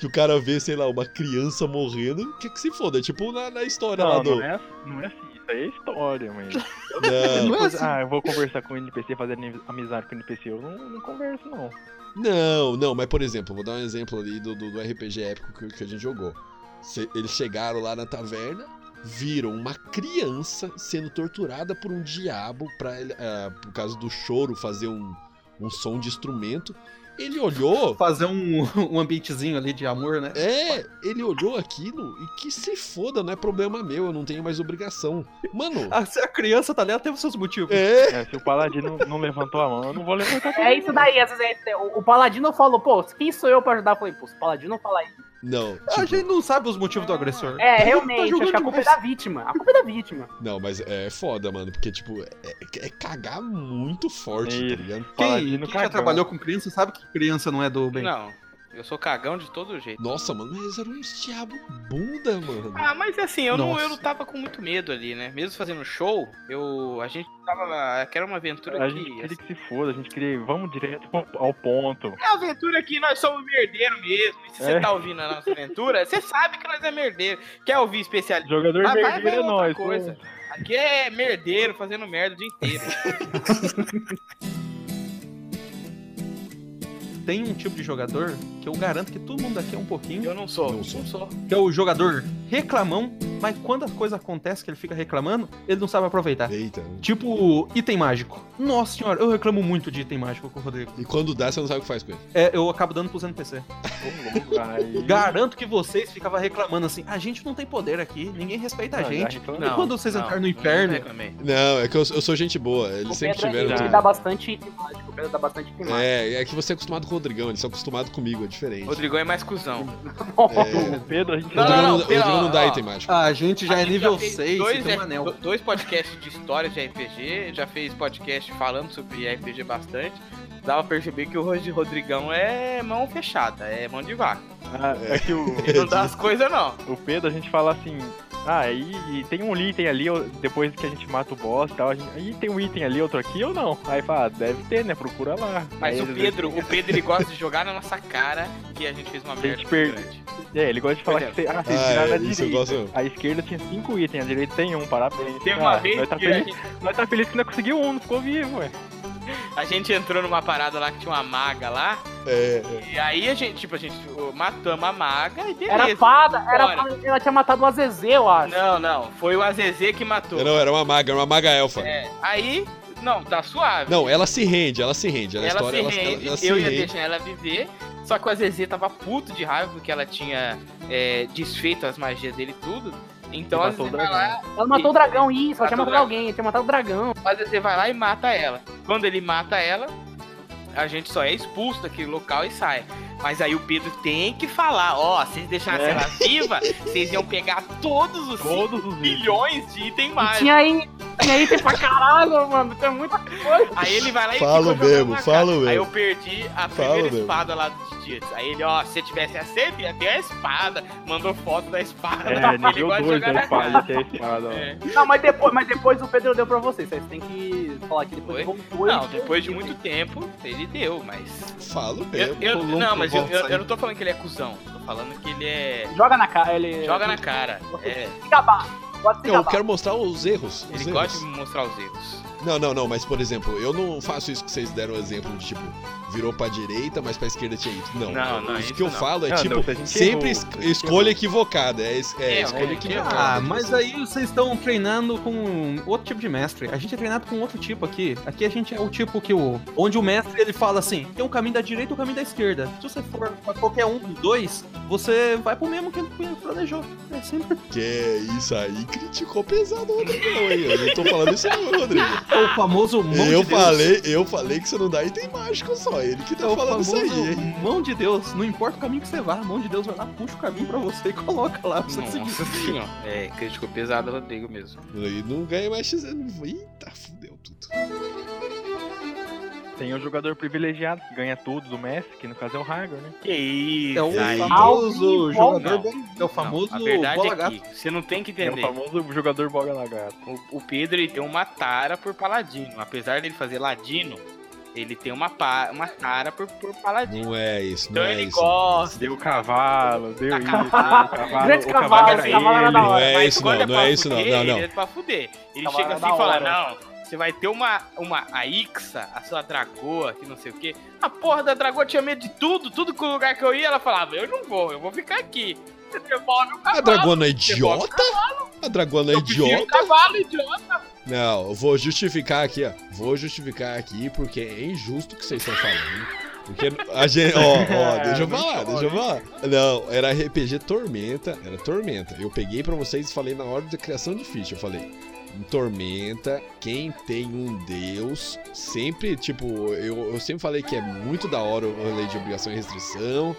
S5: Que o cara vê, sei lá, uma criança morrendo, quer que se foda. É tipo na, na história lá
S2: Não,
S5: do.
S2: não é, não é assim. Isso aí é história, mas.
S5: Não,
S7: Não é assim.
S2: Ah, eu vou conversar com o NPC, fazer ani- amizade com o NPC. Eu não, não converso, não.
S5: Não, não, mas por exemplo, vou dar um exemplo ali do, do, do RPG épico que, que a gente jogou. Se- eles chegaram lá na taverna, viram uma criança sendo torturada por um diabo pra, ele- ah, por causa do choro fazer um, um som de instrumento. Ele olhou.
S7: Fazer um, um ambientezinho ali de amor, né?
S5: É, ele olhou aquilo e que se foda, não é problema meu, eu não tenho mais obrigação. Mano,
S7: A, a criança tá ali, ela teve seus motivos.
S5: é.
S2: É, se o Paladino não levantou a mão, eu não vou levantar também.
S3: É isso daí, às vezes é- o, o Paladino falou, pô, quem sou eu pra ajudar? Eu falei, pô, se o Paladino fala isso.
S5: Não,
S7: A
S5: tipo,
S7: gente não sabe os motivos do agressor. um
S3: É, realmente,
S7: tá jogando
S3: acho que a
S7: de
S3: culpa é
S7: você.
S3: da vítima. A culpa é da vítima.
S5: não, mas é foda, mano, porque, tipo, é, é cagar muito forte, tá
S2: Isso.
S5: ligado?
S7: Quem,
S2: Paladino
S7: quem já
S2: cagão.
S7: trabalhou com criança sabe que criança não é do bem.
S1: Não. Eu sou cagão de todo jeito.
S5: Nossa, mano, mas era um diabo bunda, mano.
S1: Ah, mas assim, eu não, eu não
S5: Nossa.
S1: tava com muito medo ali, né? Mesmo fazendo show, eu. A gente tava. Que era uma aventura
S2: A
S1: que.
S2: gente queria que se foda, a gente queria. Vamos direto pro- ao ponto.
S1: É uma aventura que nós somos merdeiro mesmo. E se você
S2: É.
S1: tá ouvindo a nossa aventura, você sabe que nós é merdeiro. Quer ouvir especialista?
S2: Jogador
S1: Ah, Vai- vai ver
S2: vermelho é
S1: outra
S2: nós.
S1: coisa.
S2: pô.
S1: Aqui é merdeiro fazendo merda o dia inteiro.
S7: Tem um tipo de jogador que eu garanto que todo mundo aqui é um pouquinho,
S1: Eu não sou.
S5: Não sou.
S7: que é o jogador reclamão, mas quando a coisa acontece que ele fica reclamando, ele não sabe aproveitar.
S5: Eita.
S7: Tipo, item mágico. Nossa senhora, eu reclamo muito de item mágico com o Rodrigo.
S5: E quando dá, você não sabe o que faz com ele.
S7: É, eu acabo dando pros NPC.
S2: Ô, louco, aí-
S7: Garanto que vocês ficavam reclamando assim, a gente não tem poder aqui, ninguém respeita a
S2: Ah,
S7: gente.
S2: já-
S7: E quando vocês entraram no inferno?
S1: não reclamei.
S5: Não, é que eu, eu sou gente boa. Eles
S3: O
S5: sempre
S3: Pedro,
S5: tiveram.
S3: ele
S2: tudo.
S3: dá bastante item mágico, o Pedro dá bastante item mágico.
S5: né? É, é que você é acostumado com o Rodrigão, eles são acostumados comigo, é diferente.
S1: Rodrigão é mais cuzão.
S5: É,
S2: O Pedro, a gente
S5: o
S1: Não, não,
S5: Rodrigão não,
S1: não,
S5: o Rodrigão não dá
S1: pela- Ah,
S5: item mágico.
S7: A gente já
S1: A
S7: é
S1: gente
S7: nível
S1: fez
S7: 6 e
S1: dois, é
S7: tem um anel.
S1: dois podcasts de histórias de RPG, já fez podcast falando sobre RPG bastante. Dava pra perceber que o Rod- Rodrigão é mão fechada, é mão de vaca.
S2: Ah, é que o,
S1: Ele não dá as coisas, não.
S2: o Pedro, a gente fala assim. Ah, e, e tem um item ali, ou- depois que a gente mata o boss e tal, a gente, aí tem um item ali, outro aqui ou não? Aí fala, ah, deve ter, né? Procura lá.
S1: Mas
S2: Aí,
S1: o
S2: às vezes,
S1: Pedro, o Pedro ele gosta de jogar na nossa cara que a gente fez uma
S2: A
S1: merda
S2: gente
S1: muito
S2: perde.
S1: grande.
S2: É, ele gosta de falar que você, ah, vocês
S5: Ah,
S2: viraram
S5: é,
S2: a
S5: isso
S2: direita.
S5: eu gosto.
S2: A esquerda tinha cinco itens, a direita tem um, parabéns.
S1: Teve uma
S2: Ah,
S1: vez
S2: nós tá,
S1: que a
S2: feliz,
S1: gente,
S2: nós tá feliz que não conseguiu um, não ficou vivo, ué.
S1: a gente entrou numa parada lá que tinha uma maga lá,
S5: É,
S1: e aí a gente, tipo, a gente ô, matamos a maga e beleza.
S3: Era fada, era
S1: Bora.
S3: fada, ela tinha matado o Azezê, eu acho.
S1: Não, não, foi o AZZ que matou.
S5: é. Não, era uma maga, era uma maga elfa.
S1: É, aí, não, tá suave.
S5: Não, ela se rende, ela se rende. Ela, é
S1: ela
S5: história,
S1: se
S5: ela,
S1: rende,
S5: ela- ela se
S1: eu ia
S5: rende.
S1: deixar ela viver. Só que o Azezê tava puto de raiva porque ela tinha é, desfeito as magias dele e tudo. Então
S2: E
S1: o
S2: matou né?
S1: Azezê
S2: o
S1: vai lá,
S3: Ela matou o dragão, isso, ela tinha
S1: Matou o
S3: matado alguém, tinha matado o dragão.
S1: o Azezê vai lá e mata ela. Quando ele mata ela, a gente só é expulso daquele local e sai. Mas aí o Pedro tem que falar, ó, vocês deixassem
S2: É.
S1: ela viva, vocês iam pegar todos os cinco
S2: Todos os itens.
S1: bilhões de item
S3: E
S1: mais.
S3: tinha aí, tinha item pra caralho, mano, tinha muita coisa.
S1: Aí ele vai lá e fica
S5: Falo
S1: jogando
S5: mesmo,
S1: na
S5: falo
S1: cara. Aí
S5: mesmo.
S1: eu perdi a
S5: Falo
S1: primeira
S5: mesmo.
S1: espada lá do Didias. Aí ele, ó, se eu tivesse aceito, ia ter a espada. Mandou foto da espada.
S2: É,
S1: Ele
S2: nível
S1: gosta de
S2: 2
S1: jogar
S2: da
S1: na
S2: espada,
S1: cara.
S2: esse é a espada, ó.
S5: então.
S1: É.
S3: Não, mas depois, mas depois o Pedro deu pra vocês, vocês têm que falar que depois
S1: Oi?
S3: voltou.
S1: Não, depois de muito tempo, ele deu, mas.
S5: Falo
S1: Eu,
S5: mesmo.
S1: eu-
S7: Rolou um
S1: não, mas eu,
S7: provoca
S1: eu- eu
S7: aí.
S1: não tô falando que ele é cuzão. Tô falando que ele é.
S3: Joga na cara, ele...
S1: Joga na cara. É,
S3: Se gabar, pode se
S5: Não, eu
S3: gabar.
S5: quero mostrar os erros. os
S1: ele
S5: erros.
S1: gosta de mostrar os erros.
S5: Não, não, não, mas por exemplo, eu não faço isso que vocês deram o exemplo de tipo, virou pra direita, mas pra esquerda tinha ido. Não.
S1: Não, não,
S5: Isso
S1: isso
S5: que eu
S1: não.
S5: falo é
S2: Não,
S5: tipo,
S2: não, você
S5: sempre
S2: errou,
S5: es-
S2: você
S5: escolha equivocada. É, es- é
S1: É,
S5: escolha
S1: é,
S5: equivocada.
S7: Ah,
S5: de
S7: mas
S5: vocês.
S7: aí vocês estão treinando com outro tipo de mestre. A gente é treinado com outro tipo aqui. Aqui a gente é o tipo que o. Onde o mestre ele fala assim: tem um caminho da direita e um caminho da esquerda. Se você for pra qualquer um dos dois, você vai pro mesmo que ele planejou. É sempre.
S5: Que isso aí, criticou pesado o Rodrigão aí. Eu não tô falando isso não, Rodrigo.
S7: É o famoso mão
S5: Eu
S7: de Deus.
S5: falei, eu falei que você não dá item mágico só. Ele que
S7: É
S5: tá
S7: o
S5: falando
S7: famoso
S5: isso aí, hein?
S7: mão de Deus. Não importa o caminho que você vá, a mão de Deus vai lá, puxa o caminho pra você e coloca lá. pra Você seguir.
S1: Nossa senhora. É, crítico pesado, Rodrigo mesmo.
S5: Aí não ganha mais XZ. não- Eita, fudeu tudo.
S2: Tem o jogador privilegiado que ganha tudo do Messi, que no caso é o Hagar, né?
S1: Que
S7: É
S1: isso,
S7: o
S1: aí.
S7: famoso
S3: Ao vivo,
S7: jogador.
S1: não.
S7: bem- É o famoso
S1: a verdade
S7: bola
S1: é que você não tem que
S2: É o
S1: entender.
S2: famoso jogador bola na gata.
S1: O, o Pedro ele tem uma tara por paladino. Apesar dele fazer ladino, ele tem uma, pa- uma tara por, por paladino.
S5: Não é isso, não
S1: Então
S5: é
S1: ele
S5: isso.
S1: gosta.
S2: Deu cavalo, deu
S1: Tá
S2: isso,
S1: cavalo.
S2: deu cavalo,
S3: Grande
S2: o
S3: cavalo,
S2: era
S3: cavalo era
S2: ele.
S3: da
S5: Não
S3: hora.
S5: é
S1: Mas
S5: isso,
S1: quando
S5: não, não
S1: pra
S5: é isso, não,
S1: fuder,
S5: não,
S1: Ele
S5: não.
S1: é pra fuder. Ele
S3: Cavalo
S1: chega assim
S3: da
S1: e fala:
S3: hora.
S1: Não, você vai ter uma, uma Aixa, a sua dragoa, que não sei o quê. A porra da dragoa tinha medo de tudo, tudo que o lugar que eu ia, ela falava: Eu não vou, eu vou ficar aqui. Você devolve o
S5: A
S1: cavalo.
S5: dragona é
S1: Devolve o
S5: idiota? A dragona é
S1: Eu prefiro
S5: idiota?
S1: cavalo, idiota.
S5: Não, eu vou justificar aqui, ó. Vou justificar aqui porque é injusto o que vocês estão falando. Porque a gente. Ó, ó, deixa eu falar, deixa eu falar. Não, era RPG Tormenta, era Tormenta. Eu peguei pra vocês e falei na hora da criação de ficha, eu falei. Em Tormenta, quem tem um deus, sempre, tipo, eu, eu sempre falei que é muito da hora o rolê de obrigação e restrição,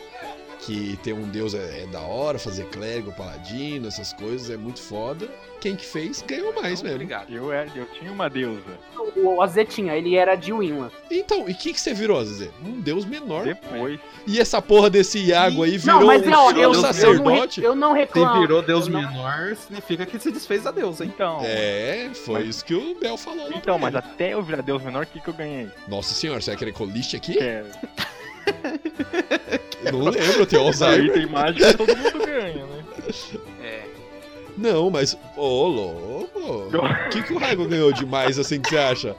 S5: que ter um deus é, é da hora, fazer clérigo, paladino, essas coisas, é muito foda. Quem que fez, ganhou mais
S1: Não,
S5: É mesmo.
S1: Obrigado.
S2: Eu, era- eu tinha uma deusa.
S3: O Azetinha, ele era de Winland.
S5: Então, e o que, que você virou, Zezé? Um deus menor.
S2: Depois.
S5: E essa porra desse Iago aí virou
S3: Não, mas não,
S5: um
S3: eu, eu, não,
S5: sacerdote?
S3: re- eu não
S7: Se
S3: reclamo.
S7: virou Deus
S3: eu não-
S7: menor, significa que se desfez a Deus, hein?
S2: Então.
S5: É, foi isso que o Bel falou. lá
S2: Então,
S5: pra
S2: mas até eu virar Deus menor, o que, que eu ganhei?
S5: ele. Nossa senhora, você vai querer coliste aqui?
S2: Que é,
S5: Eu não lembro, eu tenho
S2: aí
S5: Alzheimer.
S2: tem mágica, todo mundo ganha, né?
S1: É.
S5: Não, mas. Ô, louco! O que, que o Raigo ganhou demais assim que você acha?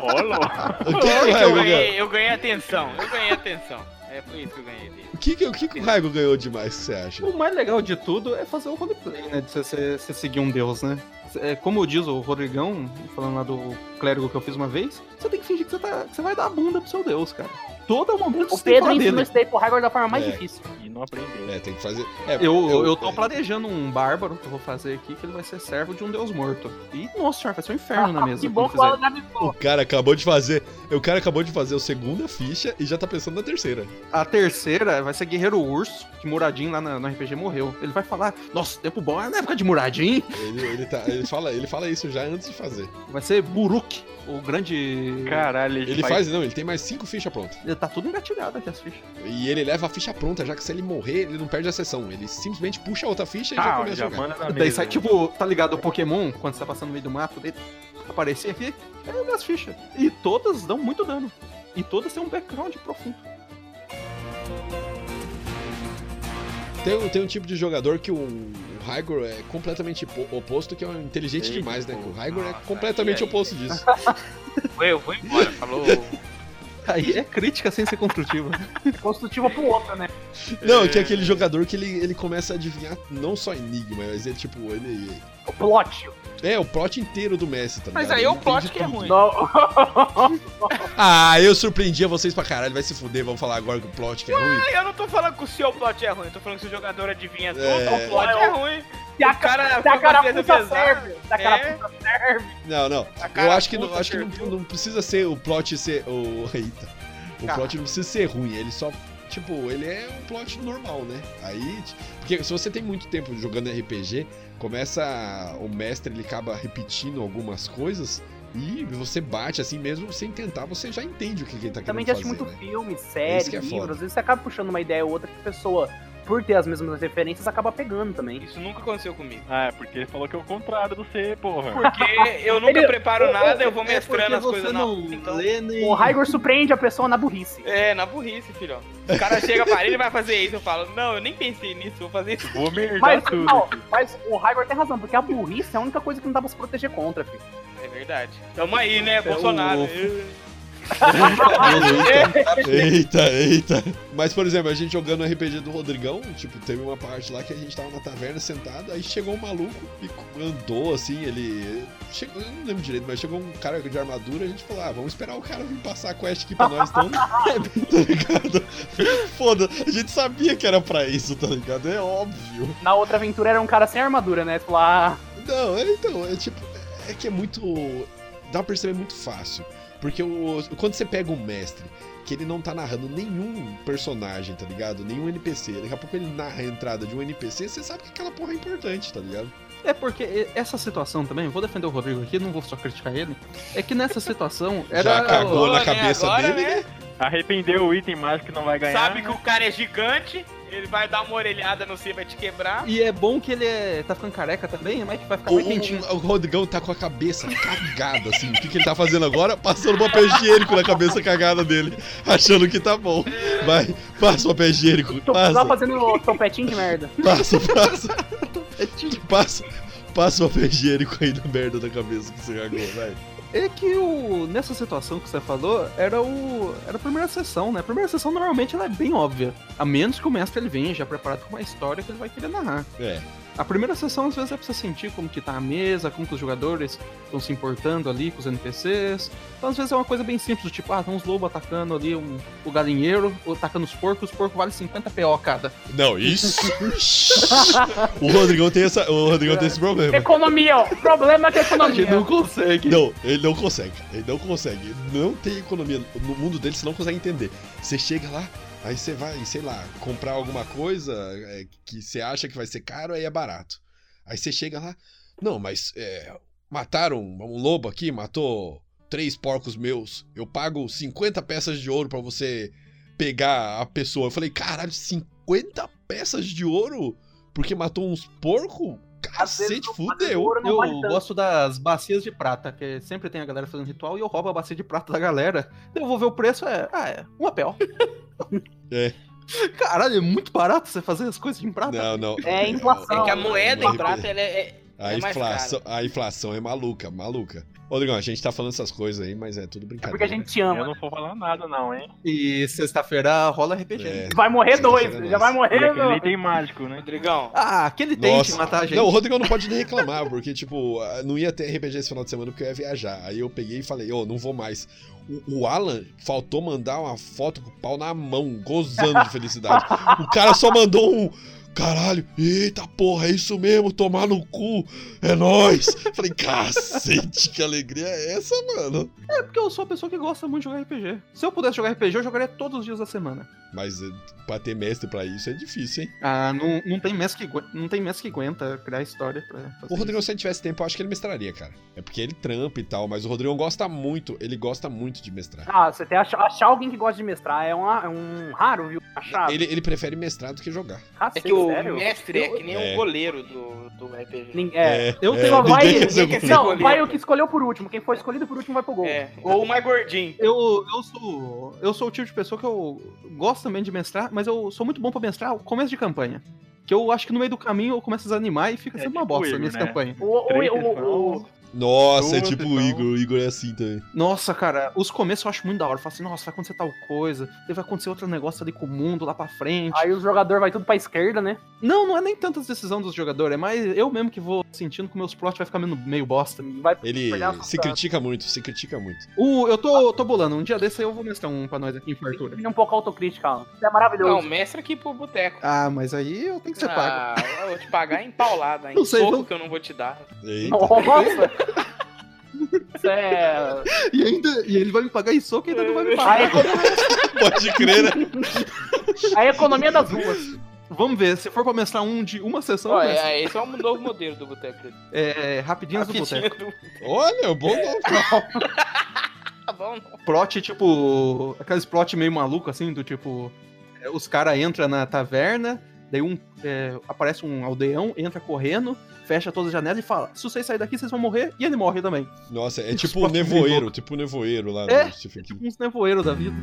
S2: Olha,
S5: O que, que o
S1: Eu
S5: Raigo ganhou?
S1: ganhei, eu ganhei atenção, eu ganhei atenção. É por isso que eu ganhei dele.
S5: O que, que, o que, que o Raigo ganhou demais que você acha?
S7: O mais legal de tudo é fazer o roleplay, né? De você, você- você seguir um deus, né? É, como diz o Rodrigão, falando lá do clérigo que eu fiz uma vez, você tem que fingir que você, tá- que você vai dar a bunda pro seu deus, cara. Todo momento
S3: O
S7: você tem que
S3: Pedro
S7: falar
S3: ensinou
S7: dele.
S3: isso daí pro Hagrid da forma mais
S5: né? É.
S3: difícil.
S2: E não aprendeu.
S5: É, tem que fazer. É,
S7: Eu, eu, tô planejando um bárbaro que eu vou fazer aqui, que ele vai ser servo de um deus morto. E, nossa senhora, vai ser um inferno na mesa.
S3: Ah, que
S7: quando
S3: bom que o
S7: fizer.
S3: Alan já me falou.
S5: O cara acabou de fazer. O cara acabou de fazer a segunda ficha e já tá pensando na terceira.
S7: A terceira vai ser Guerreiro Urso, que Muradin lá na- no RPG morreu. Ele vai falar, nossa, tempo bom é na época de Muradin.
S5: Ele, ele tá, ele, fala, ele fala isso já antes de fazer.
S7: Vai ser Buruk, o grande...
S2: Caralho, ele,
S5: Ele faz, não, ele tem mais cinco fichas prontas.
S7: Tá tudo engatilhado aqui as fichas.
S5: E ele leva a ficha pronta, já que se ele morrer, ele não perde a sessão. Ele simplesmente puxa a outra ficha e já
S2: Ah,
S5: começa a
S2: já
S5: jogar.
S2: manda na mesa.
S7: Daí sai, tipo, tá ligado o Pokémon, quando você tá passando no meio do mato, daí aparecer aqui, é minhas fichas. E todas dão muito dano. E todas têm um background profundo.
S5: Tem, um- tem um tipo de jogador que o, o Raigor é completamente po- oposto, que é um inteligente
S2: Eita,
S5: demais, né? Que o
S2: pô.
S5: Raigor é
S1: Nossa,
S5: completamente
S1: aí, aí.
S5: oposto disso.
S1: Eu vou embora, falou.
S7: Aí é crítica sem ser construtiva.
S3: Construtiva pro outro, né?
S5: Não, que é aquele jogador que ele, ele começa a adivinhar não só enigma, mas ele, tipo, ele.
S3: O plot.
S5: É, o plot inteiro do Messi tá também.
S1: Mas aí é o plot que é ruim.
S3: Não,
S5: Ah, eu surpreendia vocês pra caralho, vai se fuder, vamos falar agora que o plot que é ruim.
S1: Eu não tô falando que o seu plot é ruim, eu tô falando que o jogador adivinha tudo,
S5: É.
S1: o plot é ruim.
S3: se a
S1: O cara
S3: se a
S1: foi uma mesa
S3: carapuça
S1: pesada.
S3: serve. Se a
S1: É.
S3: carapuça serve.
S5: Não, não.
S1: A
S5: Eu
S1: cara
S5: acho que, não,
S1: puta
S5: acho que não,
S1: serviu.
S5: não precisa ser o plot ser. O, eita. O plot não precisa ser ruim, ele só. Tipo, ele é um plot normal, né? Aí. t- Porque se você tem muito tempo jogando RPG, começa. a- O mestre ele acaba repetindo algumas coisas e você bate assim mesmo sem tentar, você já entende o que, que ele tá
S3: Também
S5: querendo
S3: já assisti
S5: fazer.
S3: muito
S5: né?
S3: filme,
S5: É isso
S3: série,
S5: que é foda.
S3: livro. Às vezes você acaba puxando uma ideia ou outra que a pessoa, por ter as mesmas referências, acaba pegando também.
S1: Isso nunca aconteceu comigo.
S2: Ah, é porque ele falou que é o contrário do C, porra.
S1: Porque eu nunca
S3: Ele-
S1: preparo nada, eu vou
S7: É porque
S1: mestrando as coisas
S7: você
S1: na.
S7: não
S1: Então,
S7: lê nem...
S3: O Raigor surpreende a pessoa na burrice.
S1: É, na burrice, filho. O cara chega pra ele e vai fazer isso. Eu falo, não, eu nem pensei nisso, vou fazer isso.
S2: Vou merdar
S3: Mas,
S2: tudo.
S3: não, mas o Raigor tem razão, porque a burrice é a única coisa que não dá pra se proteger contra, filho.
S1: É Verdade. Tamo aí, né, Bolsonaro?
S5: Eita, eita. Mas, por exemplo, a gente jogando RPG do Rodrigão, tipo, teve uma parte lá que a gente tava na taverna sentado, aí chegou um maluco e andou assim, ele. Chegou, eu não lembro direito, mas chegou um cara de armadura, a gente falou, ah, vamos esperar o cara vir passar a quest aqui pra nós, então. tá ligado? Foda, a gente sabia que era pra isso, tá ligado? É óbvio.
S3: Na outra aventura era um cara sem armadura, né? Tipo lá.
S5: Não, é, então, é tipo. É que é muito. Dá pra perceber muito fácil. Porque o, quando você pega um mestre que ele não tá narrando nenhum personagem, tá ligado? Nenhum NPC. Daqui a pouco ele narra a entrada de um NPC, você sabe que aquela porra é importante, tá ligado?
S7: É porque e- essa situação também, vou defender o Rodrigo aqui, não vou só criticar ele. É que nessa situação era.
S5: Já cagou
S1: Agora,
S5: na
S1: né,
S5: cabeça
S1: agora,
S5: dele, né?
S2: Arrependeu o item mágico que não vai ganhar.
S1: Sabe que o cara é gigante, ele vai dar uma orelhada no C, vai te quebrar.
S7: E é bom que ele é... tá ficando careca também, Ah, mas que vai ficar
S5: O,
S7: mais quentinho.
S5: o, o Rodrigão tá com a cabeça cagada, assim. O que, que ele tá fazendo agora? Passando papel higiênico na cabeça cagada dele, achando que tá bom. Vai, passa o papel higiênico,
S3: Tô só
S5: passa,
S3: fazendo o topetinho de merda.
S5: passa, passa. Passa, passa o papel higiênico aí na merda da cabeça que você cagou, vai.
S7: É que o. Nessa situação que você falou, era o. Era a primeira sessão, né? A primeira sessão normalmente ela é bem óbvia. A menos que o mestre ele venha já preparado com uma história que ele vai querer narrar.
S5: É.
S7: A primeira sessão, às vezes, é pra você sentir como que tá a mesa, como que os jogadores estão se importando ali com os NPCs. Então, às vezes, é uma coisa bem simples, do tipo, ah, tem uns lobos atacando ali um, o galinheiro, ou atacando os porcos, os porcos vale 50 PO cada.
S5: Não, isso. o Rodrigão tem, essa, o Rodrigão tem esse problema.
S3: Economia, ó. Problema que é
S7: A gente
S3: economia.
S7: não consegue.
S5: Não, ele não consegue. Ele não consegue. Não tem economia. No mundo dele, você não consegue entender. Você chega lá, aí você vai, sei lá, comprar alguma coisa é, que você acha que vai ser caro, aí é barato. Aí você chega lá, não, mas é, mataram um lobo aqui, matou três porcos meus. Eu pago 50 peças de ouro pra você pegar a pessoa. Eu falei, caralho, 50 peças de ouro? Porque matou uns porcos? Cacete, fudeu.
S3: Ouro não
S7: Eu
S3: vale tanto.
S7: gosto das bacias de prata, que sempre tem a galera fazendo ritual e eu roubo a bacia de prata da galera. Eu vou ver o preço, é. Ah, é. Uma PO.
S5: É.
S7: Caralho, é muito barato você fazer as coisas em prata.
S5: Não, não.
S3: É inflação.
S1: É que a
S3: Não,
S1: moeda
S5: não,
S1: em prata, ela é, é-
S5: A,
S1: é mais
S5: inflação, a inflação é maluca, maluca. Rodrigão, a gente tá falando essas coisas aí, mas é tudo brincadeira.
S3: Porque a gente te
S2: Eu
S3: ama.
S2: não vou falar nada, não, hein?
S7: E sexta-feira rola RPG.
S5: É.
S3: Vai morrer dois.
S5: Nossa.
S3: Já vai
S2: Ele
S3: morrer,
S2: é aquele
S3: meu.
S2: item mágico, né?
S1: Rodrigão,
S7: Ah, aquele dente matar a gente.
S5: Não, o Rodrigão não pode nem reclamar, porque, tipo, ah, não ia ter RPG esse final de semana porque eu ia viajar. Aí eu peguei e falei, ô, não vou mais. O, o Alan faltou mandar uma foto com o pau na mão, gozando de felicidade. o cara só mandou um. Caralho, eita porra, é isso mesmo, tomar no cu, é nóis. Falei, cacete, que alegria é essa, mano?
S7: É porque eu sou uma pessoa que gosta muito de jogar RPG. Se eu pudesse jogar RPG, eu jogaria todos os dias da semana.
S5: Mas eh, pra ter mestre pra isso é difícil, hein?
S7: Ah, não, não tem mestre que, aguen- não tem mestre que aguenta criar história pra fazer.
S5: O Rodrigão, se ele tivesse tempo, eu acho que ele mestraria, cara. É porque ele trampa e tal, mas o Rodrigão gosta muito, ele gosta muito de mestrar.
S3: Ah, você tem achar, achar alguém que gosta de mestrar é, uma- é um raro, viu? Achado.
S5: Ele, ele prefere mestrar do que jogar.
S3: Cacete,
S1: é que o
S3: sério?
S1: mestre é que nem
S5: É.
S1: o goleiro do, do RPG.
S3: Nin- É.
S7: Eu
S5: É,
S7: tenho
S3: Só
S7: uma
S3: vai,
S5: ninguém quer ser
S1: goleiro.
S3: não, vai o que escolheu por último. Quem for escolhido por último vai pro gol.
S1: É, ou o mais gordinho.
S7: Eu, eu sou. Eu sou o tipo de pessoa que eu gosto também de mestrar, mas eu sou muito bom pra mestrar o começo de campanha. Que eu acho que no meio do caminho eu começo a desanimar e fica
S2: É
S7: sempre uma
S2: tipo
S7: bosta
S2: eu,
S7: a minha
S2: né?
S7: campanha.
S3: O, o,
S2: Três
S3: o- o- o-
S5: Nossa, é
S2: Nossa,
S5: tipo o
S2: então.
S5: Igor, o Igor é assim também.
S7: Nossa, cara, os começos eu acho muito da hora. Eu falo assim, nossa, vai acontecer tal coisa, daí vai acontecer outro negócio ali com o mundo lá pra frente.
S3: aí o jogador vai tudo pra esquerda, né?
S7: Não, não é nem tantas decisão dos jogadores, é mais eu mesmo que vou sentindo que meus plots vai ficar meio, meio bosta.
S3: Vai
S5: Ele
S3: Olhar pra
S5: se
S3: trás.
S5: critica muito, se critica muito.
S7: Uh, eu tô, eu tô bolando, um dia desse aí eu vou mestrar um pra nós aqui em Fartura.
S3: um pouco autocrítica, Alan. Isso é
S1: Não,
S3: maravilhoso.
S1: mestre aqui pro boteco.
S7: Ah, mas aí eu tenho que ser pago.
S1: Ah, eu vou te pagar em paulada, em
S7: Não sei,
S1: soco
S7: não.
S1: que eu não vou te dar.
S5: Eita.
S3: Nossa! Isso é.
S7: E ainda. E ele vai me pagar isso, ou que ainda não vai me pagar.
S2: é
S3: A, eco-
S5: Pode crer, né?
S3: a economia das ruas.
S7: Vamos ver, se for pra mestrar um de uma sessão,
S1: Ó,
S7: eu
S1: é,
S7: mestro.
S1: é, esse é um novo modelo do boteco.
S7: é, é, rapidinhas do
S1: Rapidinho
S7: boteco.
S1: do-
S5: Olha, bom nome.
S1: Tá bom, não.
S7: Plot, tipo, aqueles plot meio maluco, assim, do tipo, é, os caras entram na taverna, daí um, é, aparece um aldeão, entra correndo, fecha todas as janelas e fala, se vocês saírem daqui, vocês vão morrer, e ele morre também.
S5: Nossa, é
S7: Isso
S5: tipo o
S7: pode ser
S5: nevoeiro,
S7: louco.
S5: tipo o nevoeiro lá
S7: É,
S5: do Stephen King.
S7: Uns nevoeiros da vida.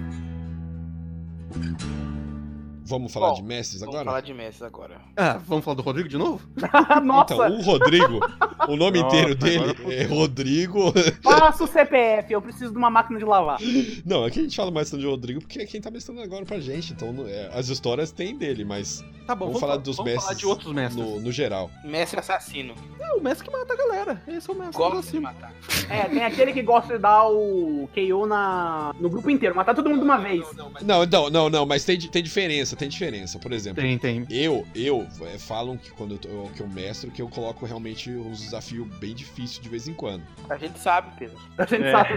S5: Vamos falar
S1: Bom,
S5: de mestres
S1: Vamos
S5: agora?
S1: falar de mestres agora.
S7: Ah, vamos falar do Rodrigo de novo?
S3: Ah, Nossa,
S5: Então, o Rodrigo, o nome
S2: Nossa,
S5: inteiro
S2: agora
S5: dele é Rodrigo.
S3: passa o CPF, eu preciso de uma máquina de lavar.
S5: Não, é que a gente fala mais tanto de Rodrigo porque é quem tá mestrando agora pra gente. Então, não- é, as histórias tem dele, mas
S7: Tá bom,
S5: Vamos falar dos
S7: vamos falar
S5: mestres
S7: de outros
S1: É.
S7: mestres.
S5: no, no geral.
S1: Mestre assassino.
S7: É o mestre que mata a galera. Esse é o mestre
S1: Gosta de
S7: assassino.
S1: matar.
S3: É, tem aquele que gosta de dar o KO na... no grupo inteiro, matar todo mundo de uma vez.
S5: Não, não, não, não, mas tem, di- tem diferença, tem diferença. Por exemplo,
S7: Tem, tem.
S5: eu, eu, é, falam que quando eu, tô- eu- que eu mestro, que eu coloco realmente uns desafios bem difíceis de vez em quando.
S1: A gente sabe, Pedro.
S3: A gente
S2: É.
S3: sabe.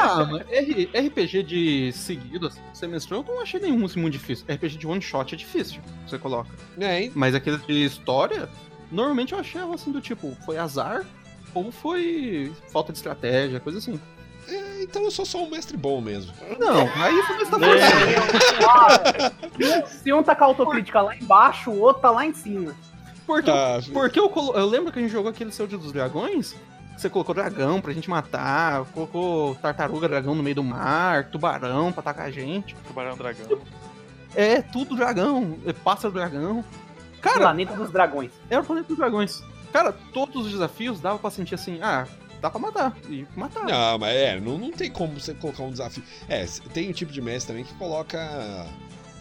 S7: Ah, mas R- RPG de seguido, assim, que você mestrou, eu não achei nenhum assim, muito difícil. RPG de one shot é difícil, você coloca.
S5: É, hein?
S7: Mas aqueles de história, normalmente eu achei algo assim do tipo, foi azar ou foi falta de estratégia, coisa assim.
S5: É, então eu sou só um mestre bom mesmo.
S7: Não, aí você tá forçando.
S3: Ah, Se um tacar autocrítica lá embaixo, o outro tá lá em cima.
S7: Porque, eu-
S5: Ah,
S7: porque eu, colo- eu lembro que a gente jogou aquele Seu Dia dos Dragões, você colocou dragão pra gente matar, colocou tartaruga dragão no meio do mar, tubarão pra atacar a gente.
S2: Tubarão dragão.
S7: É, tudo dragão, é pássaro dragão. Cara,
S3: Planeta dos dragões.
S7: Era o Planeta dos Dragões. Cara, todos os desafios dava pra sentir assim, ah, dá pra matar. E matar.
S5: Não, mas é, não, não tem como você colocar um desafio. É, c- tem um tipo de mestre também que coloca.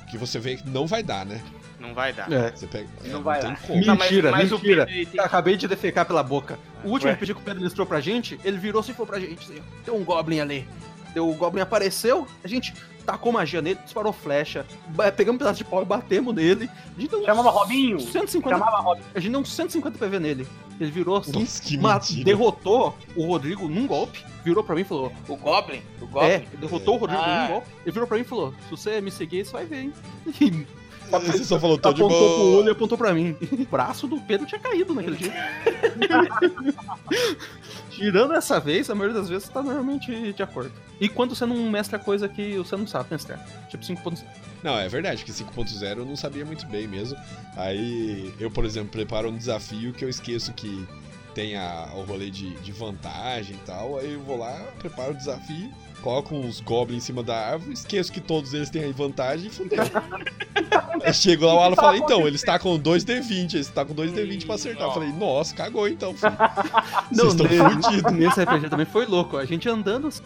S5: que você vê que não vai dar, né?
S1: Não vai dar.
S7: É.
S5: Você pega. é,
S1: Não vai
S5: tem
S1: dar.
S5: como.
S1: Não, mas-
S7: Mentira,
S1: mas o
S7: mentira.
S1: Pedro, ele tem-
S7: Eu acabei de defecar pela boca. O último
S2: Ué.
S7: pedido que o Pedro listrou pra gente, ele virou assim e falou pra gente, assim, ó, tem um Goblin ali. Deu, o Goblin apareceu, a gente tacou magia nele, disparou flecha, ba- pegamos um pedaço de pau e batemos nele. A gente deu uns
S3: Chamava Robinho.
S7: 150,
S3: Chamava Robinho.
S7: A gente deu uns 150 PV nele. Ele virou assim,
S5: Nossa, que
S7: ma-
S5: mentira.
S7: derrotou o Rodrigo num golpe, virou pra mim e falou,
S1: O Goblin? O
S7: É,
S1: Goblin?
S7: ele derrotou o Rodrigo
S1: Ah.
S7: ah. golpe. Ele virou pra mim e falou: Se você me seguir, você vai ver, hein? E
S5: Você só falou, tô de
S7: Hum. apontou pro olho
S5: boa.
S7: e apontou pra mim. O braço do Pedro tinha caído naquele dia. Tirando essa vez, a maioria das vezes você tá normalmente de acordo. E quando você não mestra coisa que você não sabe mestrar. Tipo 5.5.
S5: Não, é verdade que 5.0 eu não sabia muito bem mesmo. Aí eu, por exemplo, preparo um desafio que eu esqueço que tem a- o rolê de, de vantagem e tal. Aí eu vou lá, preparo o desafio, coloco uns goblins em cima da árvore, esqueço que todos eles têm vantagem e fudeu. Aí chego lá, o
S7: tá
S5: Alan fala, então, ele está com 2D20, ele está tá com 2D20 pra acertar. Eu falei, nossa, cagou então, filho. Vocês estão fudidos.
S7: Nesse RPG também foi louco. A gente andando assim.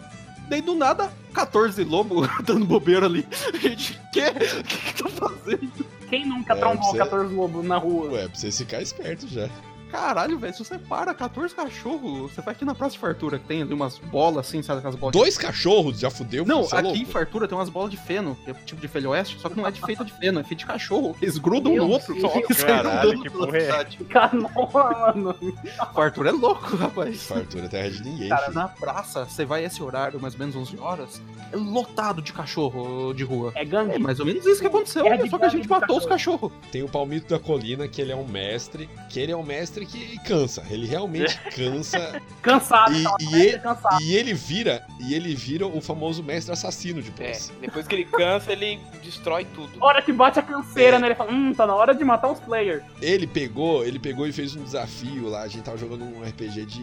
S7: Daí do nada, 14 lobo dando bobeira ali. A gente, quê? O que que tá fazendo?
S3: Quem nunca
S5: É,
S3: trombou
S5: você-
S3: 14 lobos na rua?
S5: Ué, pra vocês ficarem espertos já.
S7: Caralho, velho, se você para 14 cachorros, você vai aqui na Praça de Fartura, que tem ali umas bolas assim, sabe aquelas bolas de...
S5: Dois cachorros já fudeu,
S7: Não,
S5: filho, você é
S7: aqui em
S5: louco.
S7: Fartura tem umas bolas de feno, que é tipo de felho oeste, só que não é de feita de feno, é feito de cachorro. Eles grudam um
S3: Meu
S7: no outro
S3: Deus.
S7: e saem
S2: Caralho,
S7: andando
S2: que
S7: pela
S2: porra é
S7: cidade.
S3: Canoa, mano.
S7: Fartura é louco, rapaz.
S5: Fartura é terra de ninguém,
S7: Cara,
S5: filho.
S7: na praça, você vai esse horário, mais ou menos 11 horas, é lotado de cachorro de rua.
S3: É gangue.
S7: É mais ou menos isso que aconteceu,
S3: Era
S7: né?
S3: de
S7: só que a gente
S3: gangue de
S7: matou os cachorros.
S5: Tem o Palmito da Colina, que ele é um mestre, que ele é um mestre que cansa. Ele realmente cansa
S3: Cansado. tá tava
S5: E- e é
S3: merda,
S5: ele-
S3: cansado.
S5: e ele vira, e ele vira o famoso mestre assassino
S1: É,
S5: depois.
S1: depois que ele cansa, ele destrói tudo.
S3: Hora que bate a
S5: É.
S3: canseira nele, ele fala, hum, tá na hora de matar os players.
S5: Ele pegou, ele pegou e fez um desafio lá, a gente tava jogando um RPG de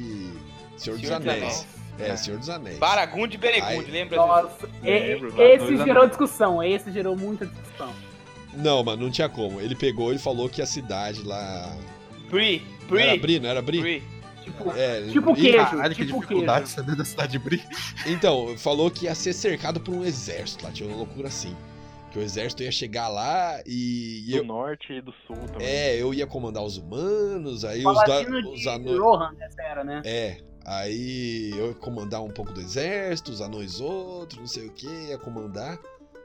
S5: Senhor, dos
S1: Senhor dos
S5: Anéis.
S1: Anéis.
S5: É, Senhor dos Anéis.
S1: Baragund e Beregund,
S5: Ai.
S1: lembra?
S3: Nossa,
S5: é,
S3: e-
S2: Lembro,
S3: é, esse
S2: dois
S3: gerou
S2: anos.
S3: discussão, é, esse gerou muita discussão.
S5: Não, mano, não tinha como. Ele pegou e falou que a cidade lá.
S1: Bri,
S5: Não era
S1: Bri,
S5: Bri, não era Bri?
S1: Bri.
S3: Tipo,
S5: É,
S3: Tipo o
S5: e-
S3: quê? Queijo,
S7: Caralho, que
S3: tipo
S7: dificuldade
S3: queijo.
S7: saber da cidade de Bri.
S5: Então, falou que ia ser cercado por um exército lá, tinha uma loucura assim. Que o exército ia chegar lá e. e
S2: Do
S5: eu-
S2: norte e do sul também.
S5: É, eu ia comandar os humanos, aí É, os, da,
S3: paladino
S5: os
S3: de
S5: anões.
S3: Rohan nessa era, né?
S5: É, aí eu ia comandar um pouco do exército, os anões outros, não sei o que, ia comandar.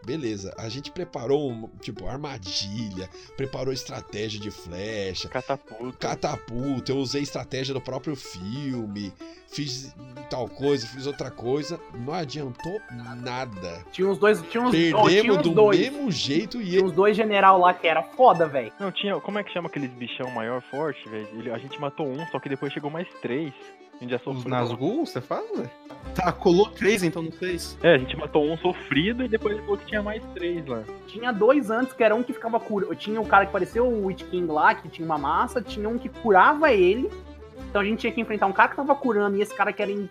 S5: Beleza, a gente preparou, um, tipo, armadilha, preparou estratégia de flecha,
S2: Catapulta.
S5: catapulta, eu usei estratégia do próprio filme, fiz tal coisa, fiz outra coisa, não adiantou nada.
S3: Tinha uns dois, tinha uns, oh, tinha
S5: Perdemos
S3: uns
S5: do
S3: dois.
S5: mesmo jeito e
S3: Tinha uns dois general lá que era foda, velho.
S2: Não, tinha. Como é que chama aqueles bichão maior, forte, velho? Ele- A gente matou um, só que depois chegou mais três. A gente já
S7: Os
S2: sofreu.
S7: Nazgûl, você fala? Tá, colou três, então não fez.
S2: É, a gente matou um sofrido e depois ele falou que tinha mais três lá.
S3: Tinha dois antes, que era um que ficava curando. Tinha o cara que parecia o Witch King lá, que tinha uma massa, tinha um que curava ele. Então a gente tinha que enfrentar um cara que tava curando e esse cara que era em-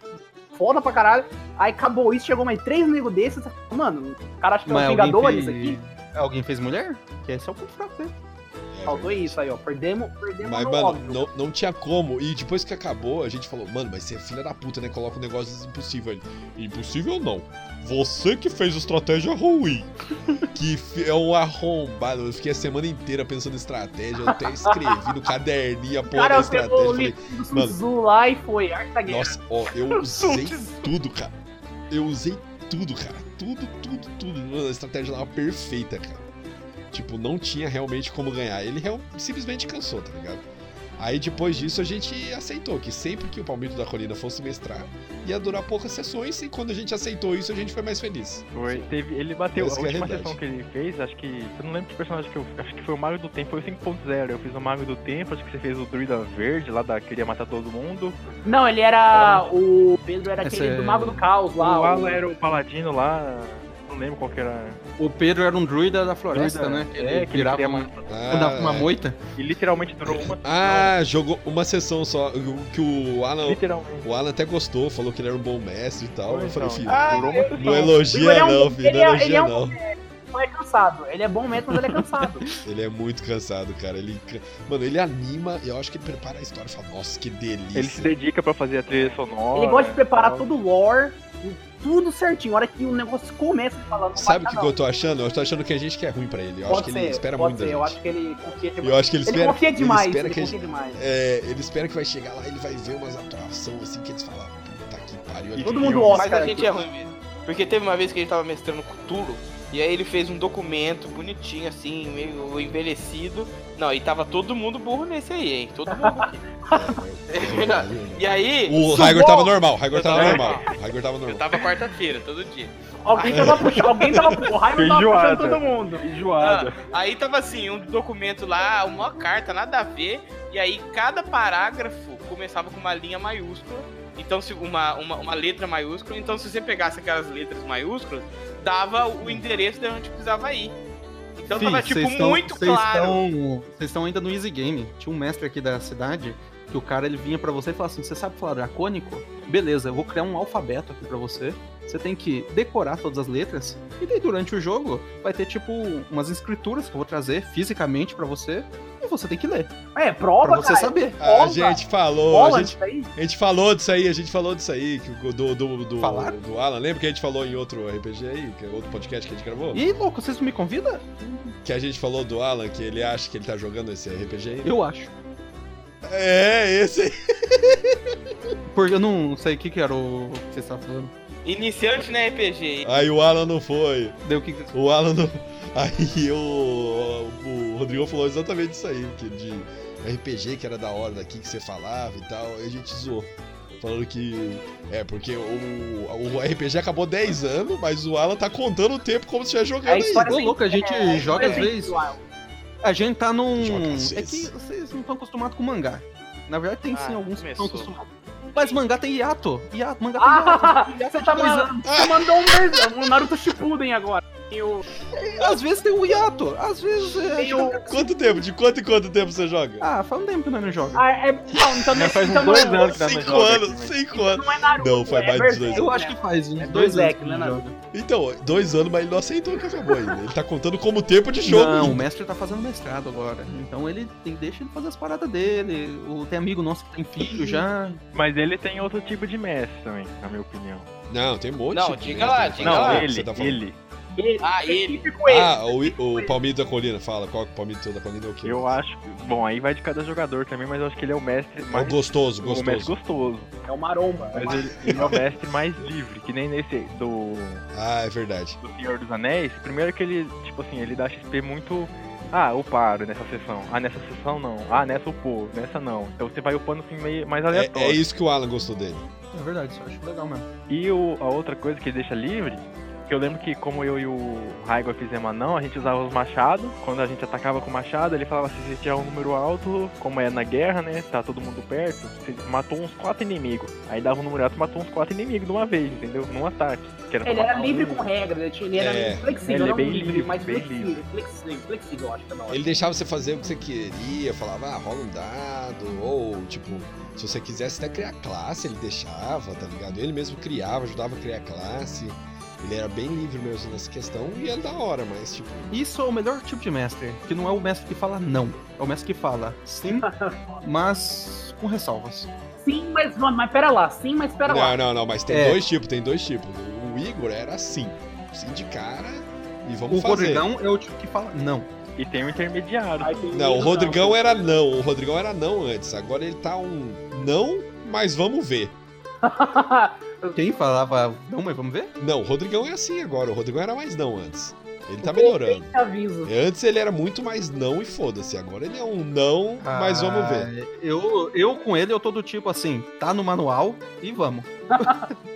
S3: foda pra caralho. Aí acabou isso, chegou mais três amigos desses. Mano, o cara acha que é um
S7: Mas
S3: vingador
S7: alguém
S3: isso aqui.
S7: fez- Alguém fez mulher? Que esse é o ponto fraco dele.
S5: É,
S3: Faltou isso aí, ó. Perdemos, perdemos
S5: Mas,
S3: no
S5: mano,
S3: um óbvio.
S5: não, não tinha como. E depois que acabou, a gente falou, mano, mas você é filha da puta, né? Coloca um negócio desse impossível. Ele, impossível não. Você que fez a estratégia ruim. que fi- é um arrombado. Eu fiquei a semana inteira pensando em estratégia. Eu até escrevi no caderninho a porra da
S3: cara
S5: estratégia.
S3: pegou o
S5: Eu falei,
S3: livro do Sun
S5: mano.
S3: Tzu lá e foi, arte da guerra.
S5: nossa, ó, eu usei tudo, cara. Eu usei tudo, cara. Tudo, tudo, tudo. Mano, a estratégia tava perfeita, cara. Tipo, não tinha realmente como ganhar. Ele real- simplesmente cansou, tá ligado? Aí depois disso a gente aceitou que sempre que o Palmito da Colina fosse mestrar, ia durar poucas sessões e quando a gente aceitou isso a gente foi mais feliz.
S2: Foi, teve- ele bateu
S5: Essa
S2: a
S5: que é a
S2: última
S5: realidade.
S2: sessão que ele fez, acho que. Eu não lembro que personagem que eu acho que foi o Mago do Tempo, foi o 5.0. Eu fiz o Mago do Tempo, acho que você fez o Druida Verde lá da queria matar todo mundo.
S3: Não, ele era. O Pedro era
S7: Esse
S3: aquele do
S7: é-
S3: Mago do Caos lá.
S2: o
S3: o- é,
S2: Alan era o paladino lá. Não lembro qual que era.
S7: O Pedro era um druida da floresta, né? Ele
S2: É, que ele
S7: virava
S2: queria
S7: uma, é.
S2: matar.
S5: Ah,
S7: uma moita.
S2: E literalmente durou uma
S5: ah, jogou uma sessão só o- que o
S2: sessão.
S5: Alan,
S2: Literalmente.
S5: o Alan até gostou, falou que ele era um bom mestre e tal. Eu falei,
S2: Então,
S5: filho,
S1: Ah,
S2: durou uma sessão.
S5: não elogia
S3: Ele é um-
S5: não, filho,
S3: ele
S5: não
S3: é- ele é
S5: elogia
S3: um-
S5: não.
S3: Não é cansado. Ele é bom mesmo, mas ele é cansado.
S5: Ele é muito cansado, cara. Ele, can- mano, ele anima e eu acho que ele prepara a história e fala, nossa, que delícia.
S2: Ele se dedica pra fazer a trilha sonora.
S3: ele gosta de preparar
S2: tal.
S3: todo o lore, tudo certinho. A hora que o negócio começa, ele fala, não
S5: Sabe o
S3: vai
S5: que,
S3: dar,
S5: que eu
S3: não.
S5: tô achando? Eu tô achando que a gente que é ruim pra ele. Eu acho que
S3: Pode
S5: ele
S3: ser,
S5: espera
S3: pode
S5: muito
S3: ser.
S5: da
S3: Eu
S5: gente.
S3: acho que ele confia demais.
S5: Eu acho que ele
S3: Ele
S5: espera.
S3: confia demais, ele,
S5: espera que a
S3: confia demais.
S5: É, ele espera que vai chegar lá, ele vai ver umas atrações assim que eles falam, puta que pariu. olha
S2: E
S5: que
S3: Todo mundo
S5: filme.
S3: olha,
S1: Mas
S3: cara,
S1: a gente é ruim mesmo. Porque teve uma vez que a gente tava mestrando Cthulhu, e aí ele fez um documento bonitinho, assim, meio envelhecido. Não, e tava todo mundo burro nesse aí, hein? Todo mundo burro. É verdade. E aí.
S5: O
S1: sumou-
S5: Raigor tava normal, o Raigor
S1: Eu
S5: tava
S1: tava
S5: normal. O Raigor tava
S1: Eu
S5: normal.
S1: tava quarta-feira, todo dia.
S3: Alguém tava puxando, alguém tava puxando, o Raimundo tava
S2: Feijoada.
S3: puxando todo mundo.
S2: Enjoado.
S5: Ah.
S1: Aí tava assim, um documento lá, uma carta, nada a ver. E aí cada parágrafo começava com uma linha maiúscula. Então, se uma, uma, uma letra maiúscula. Então, se você pegasse aquelas letras maiúsculas, dava o endereço de onde precisava ir. Então
S7: Fih,
S1: tava, tipo,
S7: vocês tão-
S1: muito
S7: vocês
S1: claro.
S7: tão- Vocês estão ainda no Easy Game. Tinha um mestre aqui da cidade que o cara ele vinha pra você e falava assim: Você sabe falar dracônico? Beleza, eu vou criar um alfabeto aqui pra você. Você tem que decorar todas as letras. E daí durante o jogo vai ter, tipo, umas escrituras que eu vou trazer fisicamente pra você. E você tem que ler.
S3: É, prova,
S7: pra você
S3: cara.
S7: saber.
S5: A
S3: Olha,
S5: gente falou,
S3: tá Bola
S5: a gente,
S3: isso aí.
S5: a gente falou disso aí, a gente falou disso aí, que o- do, do, do,
S7: Falaram?
S5: do Alan. Lembra que a gente falou em outro RPG aí, que é outro podcast que a gente gravou?
S7: E aí, louco, vocês não me convidam?
S5: Que a gente falou do Alan, que ele acha que ele tá jogando esse RPG aí.
S7: Eu acho.
S5: É, esse aí.
S7: Porque eu não sei o que, que era o que vocês estavam falando.
S1: Iniciante na RPG.
S5: Aí o Alan não foi.
S7: Deu o que. que-
S5: O Alan não. Aí o. O Rodrigo falou exatamente isso aí, que de RPG que era da hora daqui que você falava e tal, aí a gente zoou. Falando que. É, porque o, o RPG acabou 10 anos, mas o Alan tá contando o tempo como se estivesse jogando
S3: A
S5: aí.
S3: história
S7: Ô, louco, a gente
S3: É,
S7: joga às
S3: assim,
S7: vezes.
S3: uau.
S7: A gente tá num.
S5: Joga às
S7: É
S5: vezes.
S7: que vocês não estão acostumados com mangá. Na verdade, tem sim
S1: Ah,
S7: alguns que estão
S1: começou.
S7: acostumados. Mas mangá tem hiato. Hiato, mangá tem hiato.
S3: Ah, você tá
S2: é.
S7: Dois
S3: mandando, você mandou um, versão, um Naruto Shippuden agora. E o
S7: Às vezes tem o hiato. Às vezes. é, a gente
S3: Eu-
S7: tá-
S5: Quanto tempo? De quanto em quanto tempo você joga?
S7: Ah, faz um tempo que nós não joga.
S3: Ah, é, não, então,
S2: Já
S3: não-
S2: faz uns
S3: então
S2: dois
S3: não,
S2: anos que tá no
S5: 5
S2: jogo aqui,
S5: anos,
S2: mas-
S5: 5 anos.
S3: não é Naruto.
S5: Não, faz
S3: é
S5: mais de 18
S3: Berserk,
S7: Eu
S3: né?
S7: acho que faz uns
S3: É
S7: dois anos
S3: Berserk,
S7: que não
S3: né,
S7: joga.
S5: Então, dois anos, mas ele não aceitou que acabou ainda. Ele tá contando como tempo de jogo.
S7: Não, o mestre tá fazendo mestrado agora. Então ele tem, deixa ele fazer as paradas dele. O, tem amigo nosso que tem
S3: Uhum.
S7: filho já.
S2: Mas ele tem outro tipo de mestre também, na minha opinião.
S5: Não, tem um monte.
S1: Não,
S5: de
S1: diga
S5: mestre
S1: lá,
S5: que
S1: diga
S5: faz
S2: Não,
S1: lá.
S5: o que
S2: ele,
S5: você tá falando.
S2: ele.
S3: Ele-
S2: É
S1: Ah, ele.
S3: Equipe com ele.
S5: Ah, o, o Palmito da Colina, fala. Qual que é o Palmito da Colina? É o quê?
S2: Eu acho. que- Bom, aí vai de cada jogador também, mas eu acho que ele é o mestre
S5: É o
S2: mais.
S5: gostoso,
S2: o mestre
S5: gostoso.
S2: gostoso.
S3: É o Maromba.
S2: Mas ele, ele é o mestre mais livre, que nem nesse do,
S5: Ah, é verdade.
S2: do Senhor dos Anéis. Primeiro que ele, tipo assim, ele dá XP muito. Ah, eu paro nessa sessão. Ah, nessa sessão não. Ah, nessa eu pô, nessa não. Então você vai upando assim meio mais
S5: É,
S2: aleatório.
S5: é isso que o Alan gostou dele.
S7: É verdade, isso eu acho legal mesmo.
S2: E o- a outra coisa que ele deixa livre, que eu lembro que como eu e o Raigor fizemos anão, a gente usava os machados. Quando a gente atacava com o machado, ele falava assim, se tirar um número alto, como é na guerra, né? Tá todo mundo perto, você matou uns quatro inimigos. Aí dava um número alto e matou uns quatro inimigos de uma vez, entendeu? Num ataque. que pra
S3: Ele era
S2: matar
S3: livre
S2: um.
S3: com regras, ele, tinha- ele
S5: É.
S3: era flexível,
S2: Ele é
S3: não
S2: bem
S3: livre,
S2: livre,
S3: mas
S2: bem
S3: flexível,
S2: livre.
S3: flexível, flexível, eu acho que é da hora.
S5: Ele deixava você fazer o que você queria, falava, ah, rola um dado, ou tipo, se você quisesse até criar classe, ele deixava, tá ligado? Ele mesmo criava, ajudava a criar classe. Ele era bem livre mesmo nessa questão e é da hora, mas tipo,
S7: Isso é o melhor tipo de mestre, que não é o mestre que fala não, é o mestre que fala sim, mas com ressalvas.
S3: Sim, mas, mano, mas pera lá. Sim, mas pera lá.
S5: Não, não, não, mas tem
S7: É.
S5: dois tipos, tem dois tipos. O Igor era assim, sim de cara e vamos
S7: o
S5: fazer.
S7: Rodrigão é o tipo que fala não.
S2: E tem um intermediário.
S3: Aí tem
S5: Não, o
S3: medo,
S5: Rodrigão era não, o Rodrigão era não antes. Agora ele tá um não, mas vamos ver.
S7: Quem falava não, mas vamos ver?
S5: Não, o Rodrigão é assim agora, o Rodrigão era mais não antes. Ele tá melhorando.
S3: Te aviso.
S5: Antes ele era muito mais não e foda-se, agora ele é um não, mas vamos ver.
S7: Ah, Eu, eu com ele, eu tô do tipo assim, tá no manual e vamos.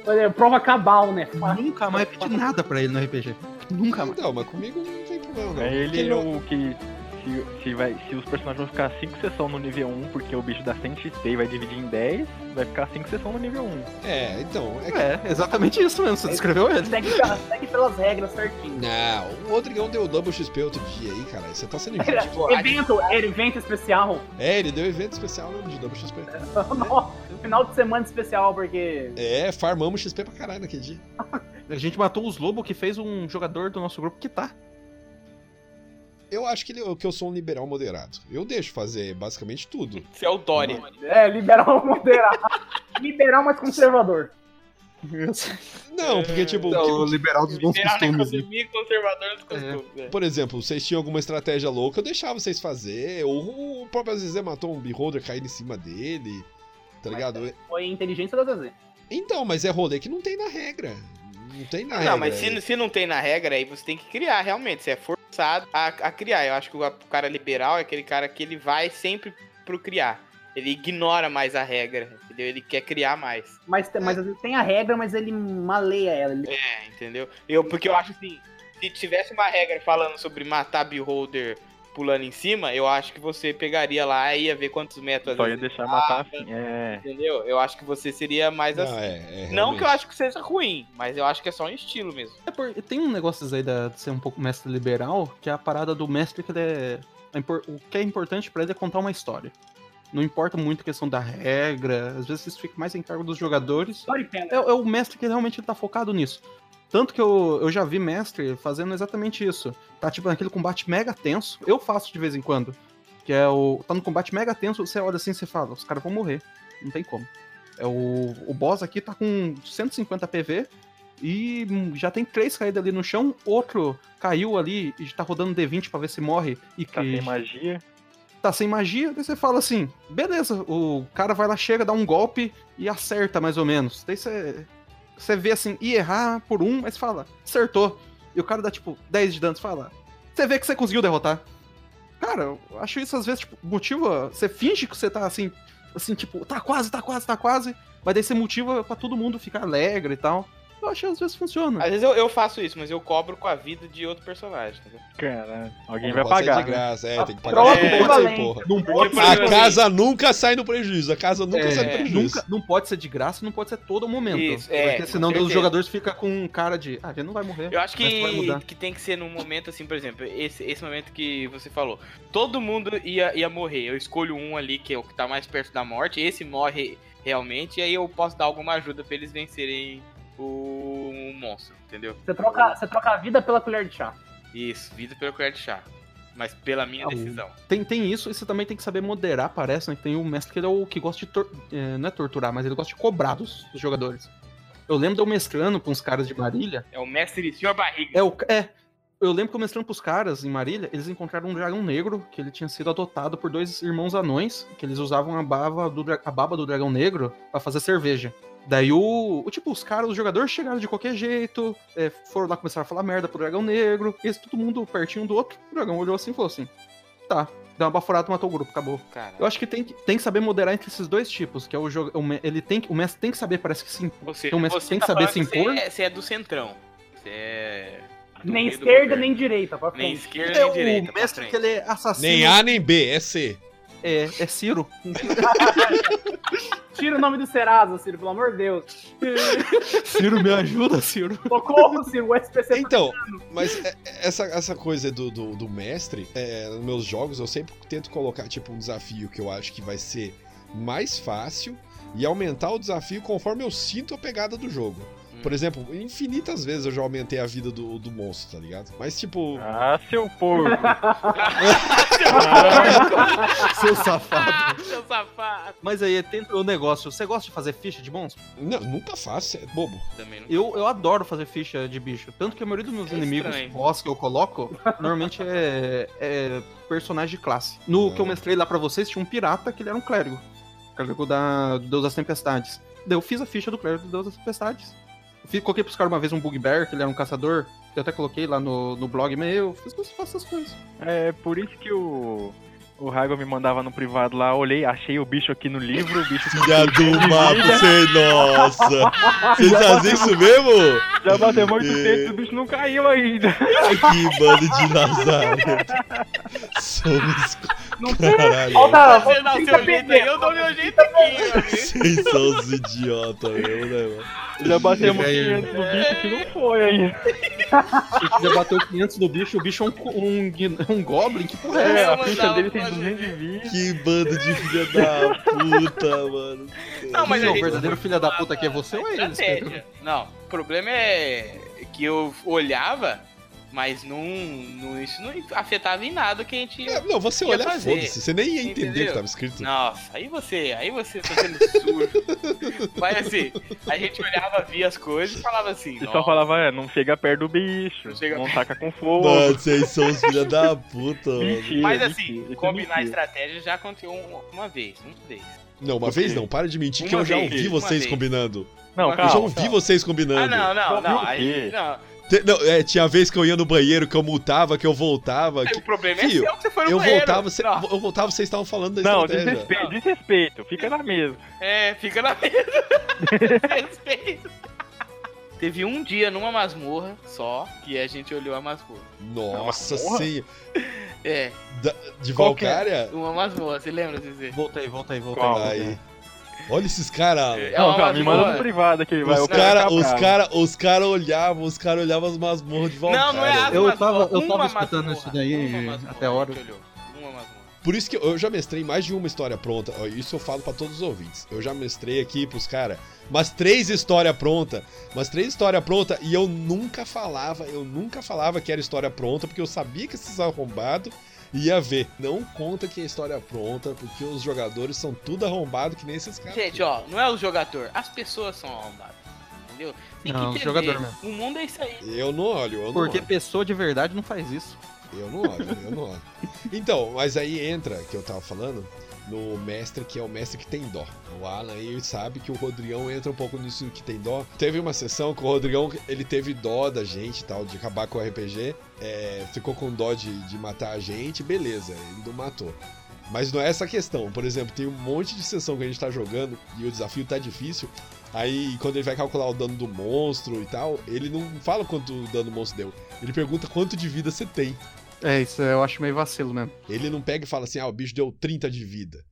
S3: Olha, é prova cabal, né?
S7: Nunca mais pedi nada pra ele no RPG. Nunca mais.
S5: Então, mas comigo não tem problema não.
S2: É
S5: Porque
S2: ele
S5: não-
S2: o que. Se, se, vai, se os personagens vão ficar 5 sessões no nível 1, porque o bicho dá 100 XP e vai dividir em 10, vai ficar 5 sessões no nível 1.
S5: É, então, é que... É.
S7: É, exatamente isso mesmo, você descreveu ele.
S3: Segue, pela- segue pelas regras certinho.
S5: Não, o Rodrigão deu double XP outro dia aí, cara. Você tá sendo injusto.
S3: Evento, era evento especial.
S5: É, ele deu evento especial mesmo de double XP.
S3: Final de semana especial, porque.
S5: É, farmamos XP pra caralho naquele dia.
S7: A gente matou os lobos que fez um jogador do nosso grupo que tá.
S5: Eu acho que, ele- que eu sou um liberal moderado. Eu deixo fazer basicamente tudo.
S1: Você é o Dória.
S3: É, liberal moderado. liberal, mas um conservador.
S7: Então,
S5: Não, porque, tipo,
S7: É o
S2: Então,
S5: que-
S7: liberal dos bons
S1: Liberal na
S7: costumes. né? É.
S1: economia e conservador dos costumes. né?
S5: por exemplo, vocês tinham alguma estratégia louca, eu deixava vocês fazer. Ou o próprio Zezé matou um beholder caindo em cima dele. Tá ligado?
S3: Foi a inteligência da ZZ.
S5: Então, mas é rolê que não tem na regra. Não tem na regra.
S1: Não, mas se, se não tem na regra, aí você tem que criar, realmente. Você é forçado a, a criar. Eu acho que o, o cara liberal é aquele cara que ele vai sempre pro criar. Ele ignora mais a regra, entendeu? Ele quer criar mais.
S3: Mas, tem- mas às vezes tem a regra, mas ele maleia ela. Ele...
S1: É, entendeu? Eu, porque eu acho assim, se tivesse uma regra falando sobre matar beholder pulando em cima, eu acho que você pegaria lá e ia ver quantos
S3: Então,
S1: metros.
S2: Só ia deixar matar assim. É.
S1: Entendeu? Eu acho que você seria mais
S2: Ah,
S5: Não,
S1: assim.
S5: é,
S1: Não
S5: é,
S1: que eu
S5: realmente.
S1: acho que seja ruim, mas eu acho que é só um estilo mesmo.
S7: É porque tem um negócio aí da, de ser um pouco mestre liberal, que é a parada do mestre que ele é. a impor- O que é importante pra ele é contar uma história. Não importa muito a questão da regra, às vezes isso fica mais em cargo dos jogadores.
S3: Sorry, Pena.
S7: É, é o mestre que realmente tá focado nisso. Tanto que eu, eu já vi mestre fazendo exatamente isso. Tá tipo naquele combate mega tenso. Eu faço de vez em quando. Que é o. Tá no combate mega tenso, você olha assim e você fala, os caras vão morrer. Não tem como. É o, o boss aqui tá com 150 PV e hum, já tem três caídas ali no chão, outro caiu ali e tá rodando D20 pra ver se morre e
S2: Tá
S7: que
S2: sem magia.
S7: tá sem magia, daí você fala assim, beleza, o cara vai lá, chega, dá um golpe e acerta mais ou menos. Daí você, você vê assim, e errar por um, mas fala, acertou. E o cara dá tipo 10 de dano, você fala, você vê que você conseguiu derrotar. Cara, eu acho isso às vezes, tipo, motiva, você finge que você tá assim, assim, tipo, tá quase, tá quase, tá quase, mas daí você motiva pra todo mundo ficar alegre e tal. Eu acho que às vezes funciona.
S1: Às vezes eu, eu faço isso, mas eu cobro com a vida de outro personagem, entendeu?
S2: Caralho. Alguém
S5: Não
S2: vai
S5: pode sair
S2: pagar.
S5: de
S2: Né?
S5: graça, é, tem que pagar.
S3: Troca
S1: é
S5: Não pode sair,
S3: equivalente.
S5: porra.
S7: Não
S1: Porque, por exemplo,
S5: A casa nunca sai no prejuízo, a casa nunca
S7: É,
S5: sai no
S1: é.
S5: prejuízo.
S7: Nunca, não pode ser de graça, não pode ser todo momento.
S1: Isso, é,
S7: porque
S1: com
S7: senão os
S1: certeza.
S7: jogadores ficam com um cara de, ah, a gente não vai morrer.
S1: Eu acho
S7: mas vai
S1: que,
S7: mudar.
S1: que tem que ser num momento assim, por exemplo, esse, esse momento que você falou. Todo mundo ia, ia morrer. Eu escolho um ali que é o que tá mais perto da morte. Esse morre realmente. E aí eu posso dar alguma ajuda pra eles vencerem o, o monstro, entendeu?
S3: Você troca, você troca a vida pela colher de chá.
S1: Isso, vida pelo colher de chá. Mas pela minha
S3: É um-
S7: Ah, o-
S1: decisão.
S7: Tem, tem isso, e você também tem que saber moderar, parece, né? que Tem o mestre que ele é o que gosta de. tor- é, não é torturar, mas ele gosta de cobrar dos, dos jogadores. Eu lembro de eu mestrando com uns caras de Marília.
S1: É o mestre Senhor Barriga.
S7: É, o, é, eu lembro que eu mestrando pros caras em Marília, eles encontraram um dragão negro que ele tinha sido adotado por dois irmãos anões, que eles usavam a baba do, dra- a baba do dragão negro pra fazer cerveja. Daí o, o tipo, os caras, os jogadores chegaram de qualquer jeito, é, foram lá começaram a falar merda pro dragão negro, e esse todo mundo pertinho do outro, o dragão olhou assim e falou assim: "Tá, deu uma baforada, matou o grupo, acabou".
S1: Cara,
S7: Eu acho que tem que, tem que saber moderar entre esses dois tipos, que é o jogo, o me- ele tem que- o mestre tem que saber, parece que sim.
S1: você,
S7: tem um mestre que tem que saber
S1: falando
S7: se
S1: você
S7: impor?
S1: é- Você é do centrão. Você é. do
S3: Nem
S1: meio do
S3: esquerda,
S1: governo.
S3: nem direita, pra
S1: Nem
S3: frente.
S1: esquerda,
S7: É
S1: nem
S7: o
S1: direita. pra
S7: mestre
S1: frente.
S7: que ele é assassino,
S5: Nem A nem B, é C.
S7: é, é Ciro.
S3: Tira o nome do Serasa, Ciro, pelo amor de Deus.
S7: Ciro, me ajuda, Ciro.
S3: Socorro, Ciro, o SPC tá
S5: Então, mas é- essa, essa coisa do, do, do mestre, é, nos meus jogos eu sempre tento colocar tipo um desafio que eu acho que vai ser mais fácil e aumentar o desafio conforme eu sinto a pegada do jogo. Por exemplo, infinitas vezes eu já aumentei a vida do, do monstro, tá ligado? Mas, tipo,
S2: Ah, seu porco.
S7: Seu é safado.
S1: Ah, Seu safado.
S7: Mas aí, tenta o negócio. Você gosta de fazer ficha de monstro?
S5: não, nunca faço, é bobo.
S1: Também não.
S7: Eu, eu adoro fazer ficha de bicho. Tanto que a maioria dos meus
S1: É
S7: inimigos,
S1: estranho.
S7: boss que eu coloco, normalmente é, é personagem de classe. No
S5: É.
S7: que eu mestrei lá pra vocês, tinha um pirata que ele era um clérigo. Clérigo da, do Deus das Tempestades. Daí eu fiz a ficha do clérigo do Deus das Tempestades. Eu fiz- coloquei pros caras uma vez um bugbear, que ele era um caçador. que Eu até coloquei lá no, no blog meu. Eu fiz, faço essas coisas.
S2: É por isso que o. O Raigo me mandava no privado lá, olhei, achei o bicho aqui no livro, o bicho
S5: Filha do mapa, você, nossa! Vocês fazem isso mesmo?
S2: já bateu muito
S5: É.
S2: tempo, o bicho não caiu ainda.
S5: Que bando de Nazaré! Somos. Caralho!
S3: Falta,
S1: Você dá o seu jeito aí, eu dou o meu jeito aqui, meu amigo.
S5: Vocês são os idiotas mesmo, né, mano?
S2: Já batemos
S7: Fica aí.
S2: 500 no bicho que não foi ainda.
S7: Ele já bateu 500 no bicho, o bicho é um, co- um, gui- um goblin. Que porra é
S2: É,
S7: essa?
S2: a ficha
S1: mandava
S2: dele tem
S1: pra
S2: 200 de vida.
S5: Que bando de filha da puta, mano.
S1: Não, mas
S7: Quem é
S1: a
S7: o
S1: gente-
S7: verdadeiro filho da puta aqui é você ou eles? cara?
S1: Estratégia. Não, o problema é que eu olhava, mas não, não- isso não afetava em nada o que a gente.
S5: É, não, você
S1: Ia
S5: olhar,
S1: fazer.
S5: foda-se. Você nem ia entender o que
S1: Entendeu?
S5: tava escrito.
S1: Nossa, aí você, aí você tá sendo sujo. mas assim, a gente olhava, via as coisas e falava assim.
S2: Ele só
S1: "Nossa,
S2: falava, é, não chega perto do bicho,
S1: Não chega-
S2: não taca com fogo.
S5: Mano, vocês são os filha da puta, mano.
S2: Mentira,
S1: Mas assim,
S2: mentira, isso é
S1: combinar a
S2: mentira.
S1: estratégia já aconteceu um- uma vez, uma vez.
S5: Não, uma vez não, para de mentir que
S1: Uma
S5: eu já
S1: vez,
S5: ouvi
S1: uma
S5: vocês
S1: vez.
S5: combinando.
S2: Não,
S1: Eu
S5: Eu já
S2: calma.
S5: ouvi vocês
S1: Ah,
S5: combinando.
S1: não, não,
S2: Só
S1: não.
S2: viu o
S1: Aí,
S2: quê?
S1: não.
S5: Te- não, é, tinha vez que eu ia no banheiro, que eu multava, que eu voltava.
S1: Aí
S5: que-
S1: O problema
S5: Fio,
S1: é seu que você foi no
S5: eu
S1: banheiro.
S5: voltava, cê-
S1: Não,
S5: eu voltava, vocês estavam falando da
S2: Não,
S5: estratégia.
S2: desrespeito, desrespeito, fica na mesa.
S1: É, fica na mesa. Respeito. Teve um dia numa masmorra só que a gente olhou a masmorra.
S5: Nossa
S2: Porra.
S5: senhora.
S1: É,
S5: De
S2: Qual que é?
S5: Valcária?
S1: uma masmorra, você lembra dizer?
S7: Volta aí, volta aí, volta
S2: Qual?
S5: Aí. Olha esses caras.
S1: É
S2: Não,
S1: uma
S2: calma, me manda no
S7: um
S1: masmorra.
S2: privado aqui, vai. é
S5: Os
S2: eu quero
S5: caras
S2: ficar
S5: os
S2: bravo.
S5: cara, os cara olhavam, os caras olhavam as masmorras de Valcária.
S1: Não, não é as
S7: Eu
S1: masmorras,
S7: tava- eu
S1: uma
S7: tava escutando
S1: masmorra,
S7: isso daí
S1: uma masmorra
S7: até a hora.
S1: que olhou, Uma masmorra.
S5: Por isso que eu já mestrei mais de uma história pronta. Ó, Isso eu falo pra todos os ouvintes. Eu já mestrei aqui pros caras umas três histórias pronta, umas três histórias pronta e eu nunca falava, eu nunca falava que era história pronta porque eu sabia que esses arrombados ia ver. Não conta que é história pronta porque os jogadores são tudo arrombado que nem esses caras.
S1: Gente, ó, não é o jogador, as pessoas são arrombadas. Entendeu? Tem
S7: Não,
S1: que entender.
S7: jogador mesmo.
S1: O mundo é isso aí.
S5: Eu não olho, eu não
S7: Porque
S5: olho.
S7: pessoa de verdade não faz isso.
S5: Eu não olho, né? eu não olho. Então, mas aí entra, que eu tava falando, no mestre que é o mestre que tem dó. O Alan aí sabe que o Rodrigão entra um pouco nisso que tem dó. Teve uma sessão que o Rodrigão, ele teve dó da gente e tal, de acabar com o RPG. É, ficou com dó de, de matar a gente, beleza, ele não matou. Mas não é essa a questão. Por exemplo, tem um monte de sessão que a gente tá jogando e o desafio tá difícil. Aí, quando ele vai calcular o dano do monstro e tal, ele não fala quanto dano o monstro deu. Ele pergunta quanto de vida você tem.
S7: É, isso eu acho meio vacilo mesmo.
S5: Ele não pega e fala assim, ah, o bicho deu 30 de vida.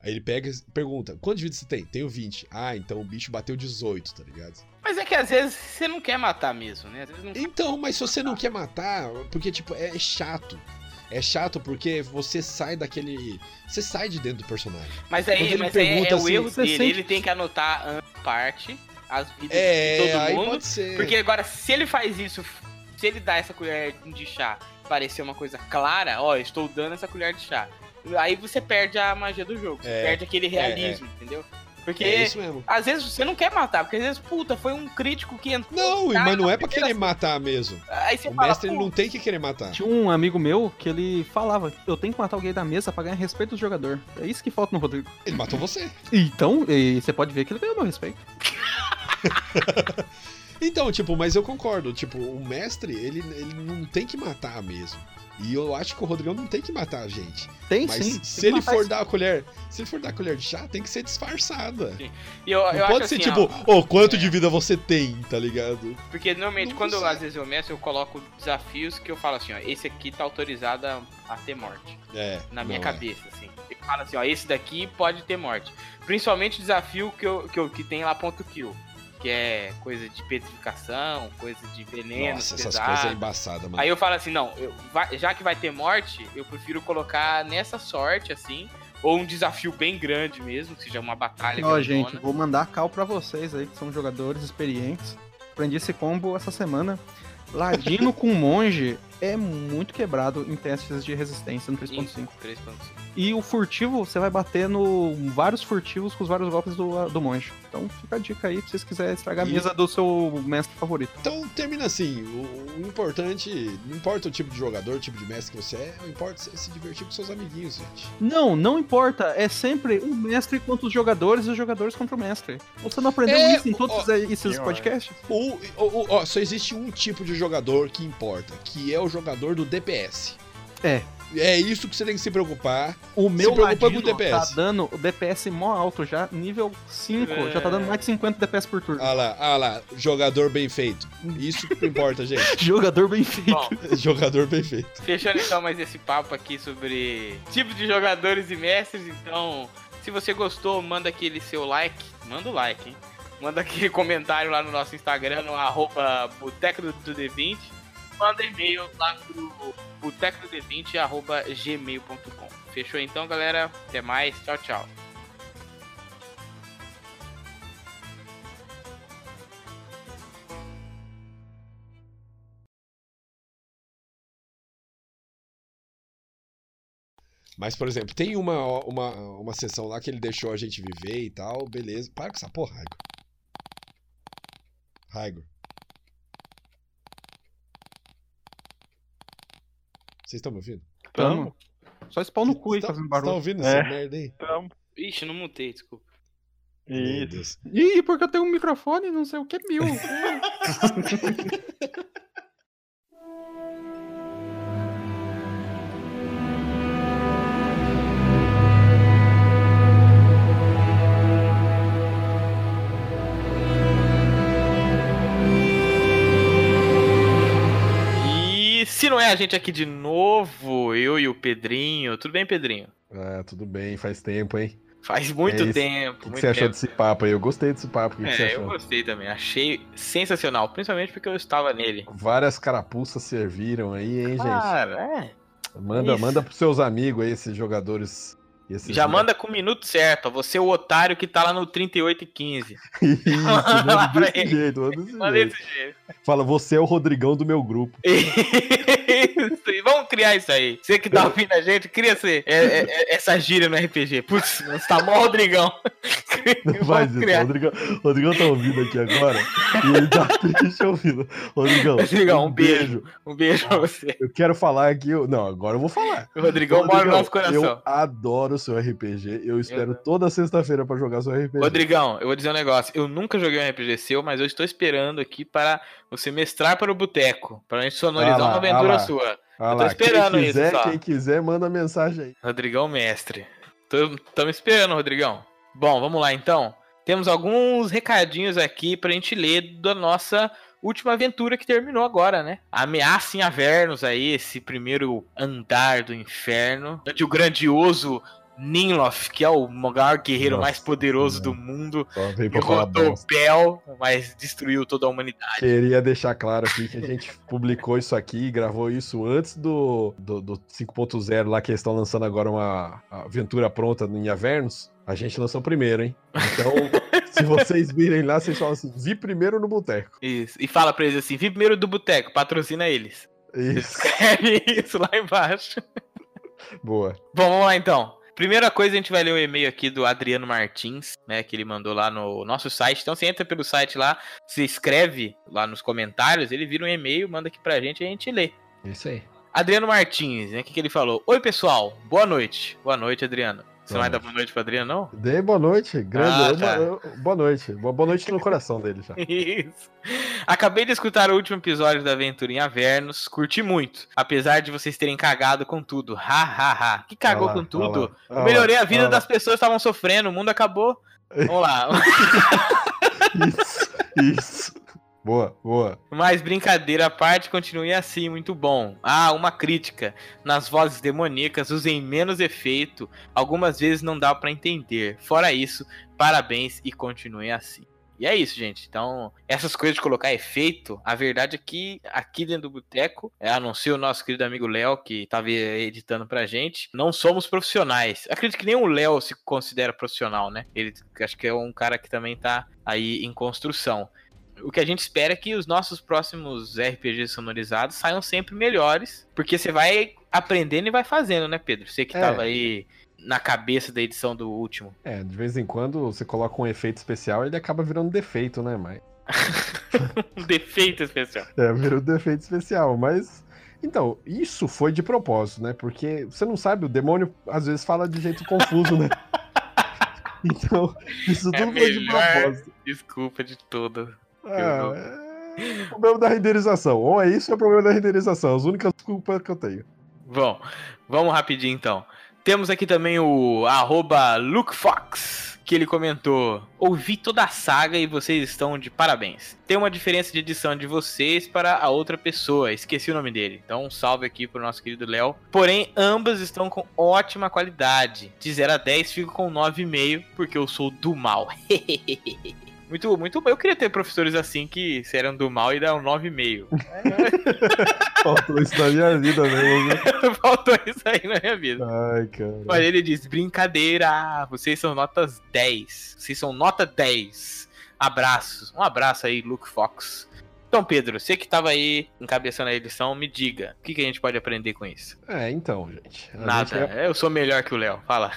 S5: Aí ele pega e pergunta, quantos de vida você tem? Tenho 20. Ah, então o bicho bateu 18, tá ligado?
S1: Mas é que às vezes você não quer matar mesmo, né? Às vezes não
S5: Então, mas se você não quer matar, porque, tipo, é chato. É chato porque você sai daquele... Você sai de dentro do personagem.
S1: Mas
S5: Quando
S1: aí,
S5: ele
S1: mas aí é,
S5: pergunta
S1: o
S5: assim,
S1: erro
S5: você
S1: dele.
S5: sente-
S1: Ele tem que anotar a parte, as vidas de
S5: É,
S1: todo
S5: aí
S1: mundo.
S5: pode ser.
S1: Porque agora, se ele faz isso, se ele dá essa colher de chá parecer uma coisa clara, ó, eu estou dando essa colher de chá. Aí você perde a magia do jogo. Você
S5: É,
S1: perde aquele
S5: é, é.
S1: realismo, entendeu? Porque.
S5: É isso mesmo.
S1: Às vezes você não quer matar, porque às vezes, puta, foi um crítico que entrou.
S5: Não,
S1: cara,
S5: mas não é pra
S1: primeira-
S5: querer matar mesmo.
S1: Aí você
S5: O
S1: assim. fala,
S5: mestre ele
S1: "Puta,
S5: não tem que querer matar.
S7: Tinha um amigo meu que ele falava: Eu tenho que matar alguém da mesa pra ganhar respeito do jogador. É isso que falta no Rodrigo.
S5: Ele matou você.
S7: Então, e você pode ver que ele ganhou meu respeito.
S5: Então, tipo, mas eu concordo. Tipo, o mestre, ele, ele não tem que matar mesmo. E eu acho que o Rodrigão não tem que matar a gente.
S7: Tem
S5: Mas
S7: sim.
S5: se
S7: tem que
S5: ele
S7: matar
S5: for
S7: esse-
S5: dar a colher, se ele for dar a colher de chá, tem que ser disfarçada.
S1: E eu,
S5: Não
S1: eu
S5: pode
S1: acho
S5: ser
S1: assim,
S5: tipo,
S1: ó,
S5: ô, quanto de vida você tem, tá ligado?
S1: Porque normalmente
S5: Não
S1: quando eu,
S5: sei.
S1: às vezes eu meço, eu coloco desafios que eu falo assim, ó, esse aqui tá autorizado a, a ter morte.
S5: É.
S1: Na minha
S5: não é.
S1: cabeça, assim. Eu falo assim, ó, esse daqui pode ter morte. Principalmente o desafio que, eu, que, eu, que tem lá ponto kill. Que é coisa de petrificação, coisa de veneno,
S5: Nossa, essas
S1: pesado.
S5: coisas é embaçada, mano.
S1: Aí eu falo assim, não, eu- vai- já que vai ter morte, eu prefiro colocar nessa sorte, assim, ou um desafio bem grande mesmo, que seja uma batalha
S7: Ó,
S1: grandona.
S7: gente, vou mandar a cal pra vocês aí, que são jogadores experientes. Aprendi esse combo essa semana. Ladino com monge é muito quebrado em testes de resistência no 3.5.
S6: 3.5.
S7: E o furtivo, você vai bater no vários furtivos com os vários golpes do, do monge. Então fica a dica aí, se vocês quiserem estragar a
S2: E-
S7: mesa do seu mestre favorito.
S2: Então termina assim, o, o importante, não importa o tipo de jogador, o tipo de mestre que você é, o importante é se divertir com seus amiguinhos, gente.
S7: Não, não importa. É sempre o mestre contra os jogadores e os jogadores contra o mestre. Você não aprendeu
S2: É,
S7: isso em todos
S2: ó,
S7: esses- esses
S8: ó,
S7: podcasts?
S2: O, o- o- ó, só existe um tipo de jogador que importa, que é o jogador do DPS.
S7: É.
S2: É isso que você tem que se preocupar.
S7: O meu
S2: preocupa com
S7: ladino
S2: o DPS.
S7: tá dando o DPS mó alto já, nível 5,
S6: É.
S7: já tá dando mais de 50 DPS por turno.
S2: Ah lá, ah lá, jogador bem feito. Isso que importa, gente.
S7: Jogador bem feito.
S6: Bom,
S2: jogador bem feito.
S6: Fechando então mais esse papo aqui sobre tipos de jogadores e mestres, então, se você gostou, manda aquele seu like, manda o like, hein? Manda aquele comentário lá no nosso Instagram, no arroba Boteco do, do D20, manda e-mail lá pro boteco do D20, arroba gmail.com. Fechou então, galera? Até mais, tchau, tchau.
S2: Mas, por exemplo, tem uma, uma, uma sessão lá que ele deixou a gente viver e tal, beleza. Para com essa porra, Raigor. Raigor. Vocês estão me ouvindo?
S7: Tamo. Só spawn no cu aí
S2: Tão-
S7: fazendo
S2: Vocês estão
S7: barulho.
S2: ouvindo
S8: É.
S2: essa merda aí?
S8: Então,
S6: Ixi, não mutei, desculpa.
S2: Meu
S8: isso.
S2: Deus.
S7: Ih, porque eu tenho um microfone, não sei o que, mil.
S6: E se não é a gente aqui de novo, eu e o Pedrinho, tudo bem, Pedrinho?
S5: Ah, tudo bem, faz tempo, hein?
S6: Faz muito
S5: É isso.
S6: tempo,
S5: O que, que
S6: muito
S5: você achou
S6: tempo.
S5: desse papo aí? Eu gostei desse papo. O que, que você
S6: É, eu
S5: achou?
S6: gostei também. Achei sensacional, principalmente porque eu estava nele.
S5: Várias carapuças serviram aí, hein, gente?
S6: Cara, é.
S5: Manda,
S6: isso.
S5: manda pros seus amigos aí, esses jogadores. Esses
S6: é, Já manda com o minuto certo, ó. Você, o otário que tá lá no 38 e 15.
S5: Isso, manda
S6: Pra
S5: desse
S6: ele.
S5: jeito, manda desse
S6: Manda
S5: jeito.
S6: desse jeito.
S5: Fala, você é o Rodrigão do meu grupo.
S6: Isso aí, Vamos criar isso aí. Você que tá ouvindo a gente, cria esse- é- é- é- essa gíria no RPG. Putz, você tá mó Rodrigão.
S5: Não faz isso, o Rodrigão, o Rodrigão tá ouvindo aqui agora. e ele tá triste ouvindo. Rodrigão,
S6: Rodrigão, um beijo. Um beijo pra você.
S5: Eu quero falar aqui. eu- Não, agora eu vou falar.
S6: O Rodrigão mora no nosso coração.
S5: Eu adoro o seu RPG. Eu espero
S6: também.
S5: toda sexta-feira pra jogar seu RPG.
S6: Rodrigão, eu vou dizer um negócio. Eu nunca joguei um RPG seu, mas eu estou esperando aqui para você mestrar para o boteco. Para a gente sonorizar
S5: Ah lá,
S6: uma
S5: ah
S6: aventura
S5: lá.
S6: sua.
S5: Ah
S6: eu tô esperando
S5: quem
S6: isso
S5: quiser,
S6: só.
S5: quem quiser, manda mensagem aí.
S6: Rodrigão mestre. Tô, tô me esperando, Rodrigão. Bom, vamos lá então. Temos alguns recadinhos aqui pra gente ler da nossa última aventura que terminou agora, né? Ameaça em Avernus aí, esse primeiro andar do inferno. Onde o grandioso Ninloth, que é o maior guerreiro
S5: Nossa,
S6: mais poderoso do
S5: né?
S6: mundo,
S5: Só veio pra falar
S6: derrotou
S5: bosta.
S6: o Bel, mas destruiu toda a humanidade.
S5: Queria deixar claro aqui que a gente publicou isso aqui, gravou isso antes do, do, do 5.0 lá que eles estão lançando agora uma aventura pronta em Avernus. A gente lançou primeiro, hein? Então, se vocês virem lá, vocês falam assim, vi primeiro no boteco.
S6: Isso. E fala pra eles assim: vem primeiro do boteco, patrocina eles.
S5: Isso,
S6: Escreve isso lá embaixo.
S5: boa.
S6: Bom, vamos lá então. Primeira coisa, a gente vai ler o e-mail aqui do Adriano Martins, né? Que ele mandou lá no nosso site. Então você entra pelo site lá, se inscreve lá nos comentários, ele vira um e-mail, manda aqui pra gente e a gente lê.
S9: Isso aí.
S6: Adriano Martins, né? O que, que ele falou? Oi, pessoal, boa noite. Boa noite, Adriano. Você não
S5: Boa
S6: vai dar
S5: noite.
S6: boa noite pro Adriano, não?
S5: Dei boa noite, grande.
S6: Ah,
S5: eu-
S6: tá.
S5: eu- boa noite. Boa boa noite no coração dele já.
S6: Isso. Acabei de escutar o último episódio da Aventura em Avernus, curti muito. Apesar de vocês terem cagado com tudo. Ha, ha, ha. Que cagou
S5: Ah lá,
S6: com
S5: ah
S6: tudo?
S5: lá, ah lá,
S6: Melhorei a vida
S5: ah lá.
S6: das pessoas que estavam sofrendo, o mundo acabou. Vamos lá.
S5: Isso, isso. Boa, boa.
S6: Mas brincadeira à parte, continue assim, muito bom. Ah, uma crítica. Nas vozes demoníacas, usem menos efeito. Algumas vezes não dá pra entender. Fora isso, parabéns e continuem assim. E é isso, gente. Então, essas coisas de colocar efeito, a verdade é que aqui dentro do boteco, é, a não ser o nosso querido amigo Léo, que tava editando pra gente, não somos profissionais. Acredito que nem o Léo se considera profissional, né? Ele acho que é um cara que também tá aí em construção. o que a gente espera é que os nossos próximos RPGs sonorizados saiam sempre melhores, porque você vai aprendendo e vai fazendo, né, Pedro? Você que
S5: É.
S6: tava aí na cabeça da edição do último.
S5: É, de vez em quando você coloca um efeito especial e ele acaba virando defeito, né? Mas.
S6: Um defeito especial.
S5: É, virou defeito especial, mas. Então, isso foi de propósito, né? Porque você não sabe, o demônio às vezes fala de jeito confuso, né? Então, isso
S6: É
S5: tudo foi de
S6: melhor.
S5: propósito.
S6: Desculpa de tudo.
S5: Ah, é... Problema da renderização. Ou é isso ou é problema da renderização. As únicas culpas que eu tenho.
S6: Bom, vamos rapidinho então. Temos aqui também o arroba LukeFox, que ele comentou: Ouvi toda a saga e vocês estão de parabéns. Tem uma diferença de edição de vocês para a outra pessoa, esqueci o nome dele. Então, um salve aqui pro nosso querido Léo. Porém, ambas estão com ótima qualidade. De 0 a 10, fico com 9,5, porque eu sou do mal. Muito, muito bom. Eu queria ter professores assim que eram do mal e dão 9,5.
S5: Faltou isso na minha vida mesmo. viu?
S6: Faltou isso aí na minha vida.
S5: Ai, cara.
S6: Mas ele diz: brincadeira, vocês são notas 10. Vocês são nota 10. Abraços. Um abraço aí, Luke Fox. Então, Pedro, você que tava aí encabeçando a edição, me diga, o que, que a gente pode aprender com isso?
S5: É, então, gente. a gente
S6: Nada. Eu sou melhor que o Léo, fala.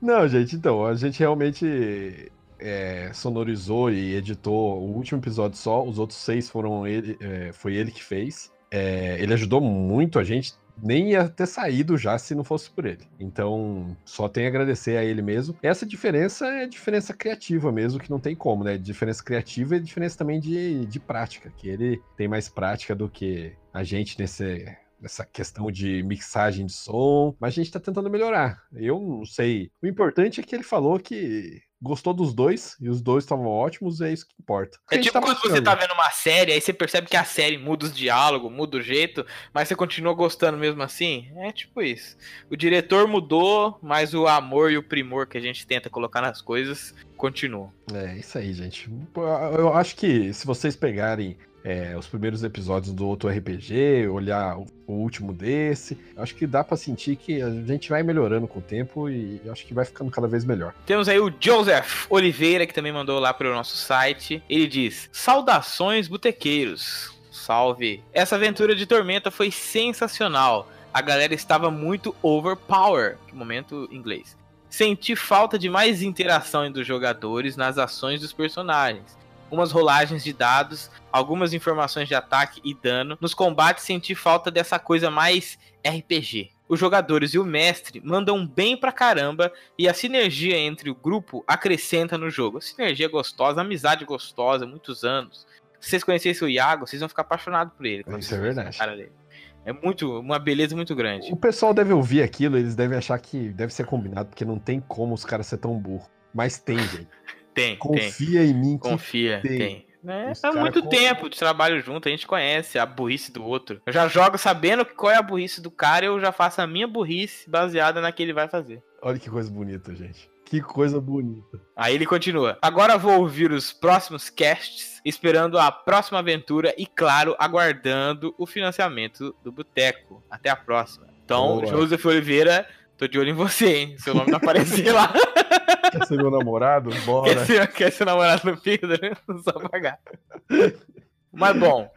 S5: Não, gente, então, a gente realmente é, sonorizou e editou o último episódio só, os outros seis foram ele, é, foi ele que fez. É, ele ajudou muito a gente, nem ia ter saído já se não fosse por ele. Então, só tem a agradecer a ele mesmo. Essa diferença é diferença criativa mesmo, que não tem como, né? Diferença criativa e diferença também de, de prática, que ele tem mais prática do que a gente nesse, essa questão de mixagem de som, mas a gente tá tentando melhorar. Eu não sei. O importante é que ele falou que gostou dos dois e os dois estavam ótimos, e é isso que importa. A
S6: É
S5: gente
S6: tipo quando você
S5: mostrando.
S6: tá vendo uma série, aí você percebe que a série muda os diálogos, muda o jeito, mas você continua gostando mesmo assim? É tipo isso. O diretor mudou, mas o amor e o primor que a gente tenta colocar nas coisas continuam.
S5: É isso aí, gente. Pô, Eu acho que se vocês pegarem é, os primeiros episódios do outro RPG, olhar o o último desse, acho que dá pra sentir que a gente vai melhorando com o tempo e acho que vai ficando cada vez melhor.
S6: Temos aí o Joseph Oliveira, que também mandou lá pro nosso site. Ele diz: Saudações, botequeiros. Salve. Essa aventura de Tormenta foi sensacional. A galera estava muito overpower. Que momento em inglês. Senti falta de mais interação dos jogadores nas ações dos personagens. Umas rolagens de dados, algumas informações de ataque e dano. Nos combates senti falta dessa coisa mais RPG. Os jogadores e o mestre mandam bem pra caramba e a sinergia entre o grupo acrescenta no jogo. Sinergia gostosa, amizade gostosa, muitos anos. Se vocês conhecessem o Iago, vocês vão ficar apaixonados por ele. quando
S5: Isso
S6: vocês
S5: é
S6: verem
S5: verdade.
S6: a cara dele. É muito, uma beleza muito grande.
S5: O pessoal deve ouvir aquilo, eles devem achar que deve ser combinado, porque não tem como os caras ser tão burro. Mas tem, gente.
S6: Tem, tem.
S5: Confia em mim que
S6: Confia,
S5: tem.
S6: tem. É,
S5: Os
S6: há
S5: cara
S6: muito
S5: com-
S6: tempo de trabalho junto, a gente conhece a burrice do outro. Eu já jogo sabendo qual é a burrice do cara, eu já faço a minha burrice baseada na que ele vai fazer.
S5: Olha que coisa bonita, gente. Que coisa bonita.
S6: Aí ele continua. Agora vou ouvir os próximos casts, esperando a próxima aventura e, claro, aguardando o financiamento do Boteco. Até a próxima. Então,
S5: Boa.
S6: Joseph Oliveira, tô de olho em você, hein? Seu nome não aparecer lá.
S5: Quer ser meu namorado?
S6: Quer
S5: Bora.
S6: ser, quer ser é namorado do Pedro? né? Só pagar. Mas bom,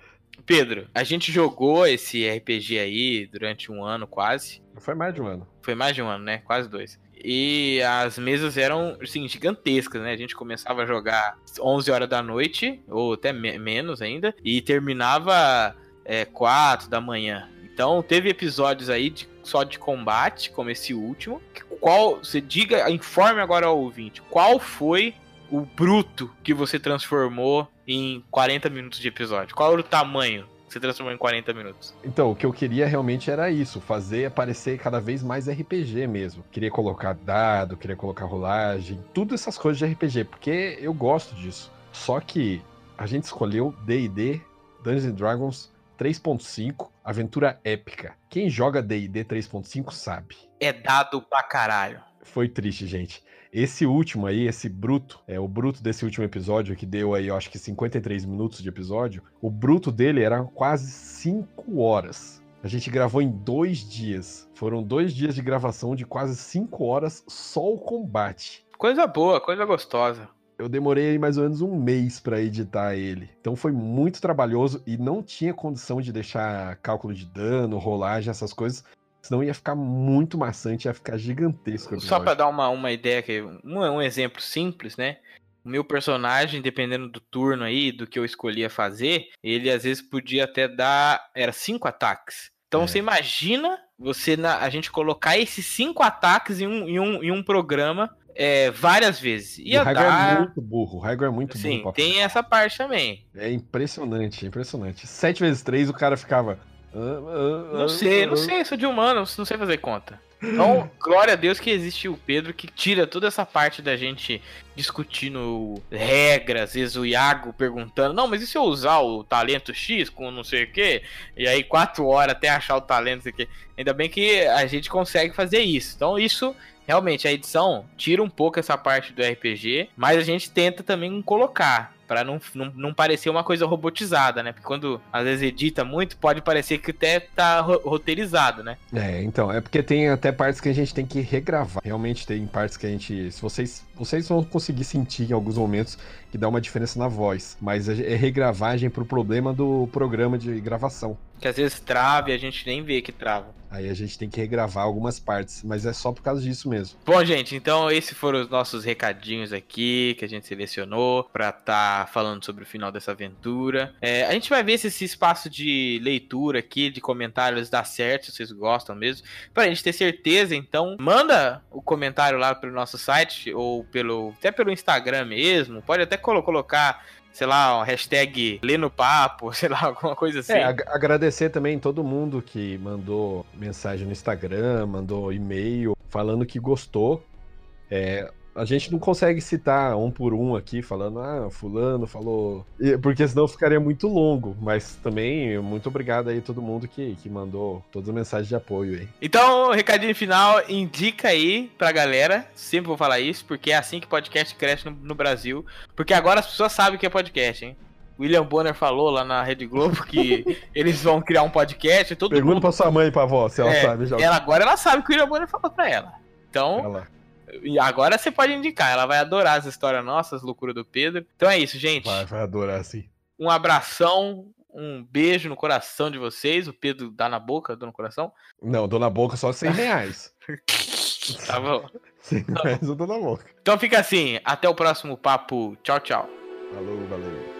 S6: Pedro, a gente jogou esse RPG aí durante um ano quase.
S5: Foi mais de um ano.
S6: Foi mais de um ano, né? Quase dois. E as mesas eram, assim, gigantescas, né? A gente começava a jogar 11 horas da noite, ou até me- menos ainda, e terminava é, 4 da manhã. Então, teve episódios aí de- só de combate, como esse último. que Qual, você diga, informe agora ao ouvinte, qual foi o bruto que você transformou em 40 minutos de episódio? Qual era o tamanho que você transformou em 40 minutos?
S5: Então, o que eu queria realmente era isso, fazer aparecer cada vez mais RPG mesmo. Queria colocar dado, queria colocar rolagem, tudo essas coisas de RPG, porque eu gosto disso. Só que a gente escolheu D&D, Dungeons and Dragons 3.5, aventura épica. Quem joga D&D 3.5 sabe.
S6: É dado pra caralho.
S5: Foi triste, gente. Esse último aí, esse bruto, é o bruto desse último episódio, que deu aí, eu acho que 53 minutos de episódio, o bruto dele era quase 5 horas. A gente gravou em dois dias. Foram dois dias de gravação de quase 5 horas só o combate.
S6: Coisa boa, coisa gostosa.
S5: Eu demorei mais ou menos um mês pra editar ele. Então foi muito trabalhoso e não tinha condição de deixar cálculo de dano, rolagem, essas coisas. Senão ia ficar muito maçante, ia ficar gigantesco. o
S6: Só
S5: episódio.
S6: pra dar uma, uma ideia, aqui, um, um exemplo simples, né? O meu personagem, dependendo do turno aí, do que eu escolhia fazer, ele às vezes podia até dar. Era cinco ataques. Então
S5: É.
S6: você imagina você na- a gente colocar esses cinco ataques em um, em um, em um programa é, várias vezes.
S5: E o
S6: Ia
S5: Raigo é
S6: dar.
S5: muito burro. O Raigo é muito
S6: Sim,
S5: burro. pra-
S6: tem essa parte também.
S5: É impressionante, é impressionante. 7 vezes 3 o cara ficava. "Ah, ah,
S6: Não
S5: ah,
S6: sei,
S5: ah".
S6: não sei, sou de humano, não sei fazer conta. Então, glória a Deus que existe o Pedro que tira toda essa parte da gente discutindo regras, às vezes o Iago perguntando, não, mas e se eu usar o talento X com não sei o quê? E aí quatro horas até achar o talento, não sei o quê. Ainda bem que a gente consegue fazer isso. Então isso, realmente, a edição tira um pouco essa parte do RPG, mas a gente tenta também colocar. Pra não, não, não parecer uma coisa robotizada, né? Porque quando às vezes edita muito, pode parecer que até tá ro- roteirizado, né?
S5: É, então, é porque tem até partes que a gente tem que regravar. Realmente tem partes que a gente. Se vocês. Vocês vão conseguir sentir em alguns momentos que dá uma diferença na voz. Mas é é regravagem pro problema do programa de gravação.
S6: Que às vezes trava e a gente nem vê que trava.
S5: Aí a gente tem que regravar algumas partes. Mas é só por causa disso mesmo.
S6: Bom, gente, então esses foram os nossos recadinhos aqui que a gente selecionou pra tá falando sobre o final dessa aventura. É, a gente vai ver se esse espaço de leitura aqui, de comentários, dá certo, se vocês gostam mesmo. Pra gente ter certeza, então, manda o comentário lá pelo nosso site ou pelo até pelo Instagram mesmo. Pode até colo- colocar, sei lá, um hashtag lê no papo, sei lá, alguma coisa assim.
S5: É, ag- agradecer também todo mundo que mandou mensagem no Instagram, mandou e-mail falando que gostou. É, a gente não consegue citar um por um aqui, falando, ah, fulano falou. e- Porque senão ficaria muito longo. Mas também, muito obrigado aí todo mundo que, que mandou todas as mensagens de apoio aí.
S6: Então, recadinho final, indica aí pra galera. Sempre vou falar isso, porque é assim que podcast cresce no, no Brasil. Porque agora as pessoas sabem o que é podcast, hein? William Bonner falou lá na Rede Globo que eles vão criar um podcast. Todo
S5: Pergunta
S6: mundo.
S5: pra sua mãe e pra avó, se ela
S6: É,
S5: sabe já.
S6: Ela, agora ela sabe o que o William Bonner falou pra ela. Então,
S5: Ela.
S6: e agora você pode indicar. Ela vai adorar essa história nossa, as loucuras do Pedro. Então é isso, gente.
S5: Vai, vai adorar, assim.
S6: Um abração, um beijo no coração de vocês. O Pedro dá na boca, dá no coração.
S5: Não, dou na boca só 100 reais.
S6: Tá bom.
S5: 100 reais eu dou na boca.
S6: Então fica assim. Até o próximo papo. Tchau, tchau.
S5: Falou, valeu.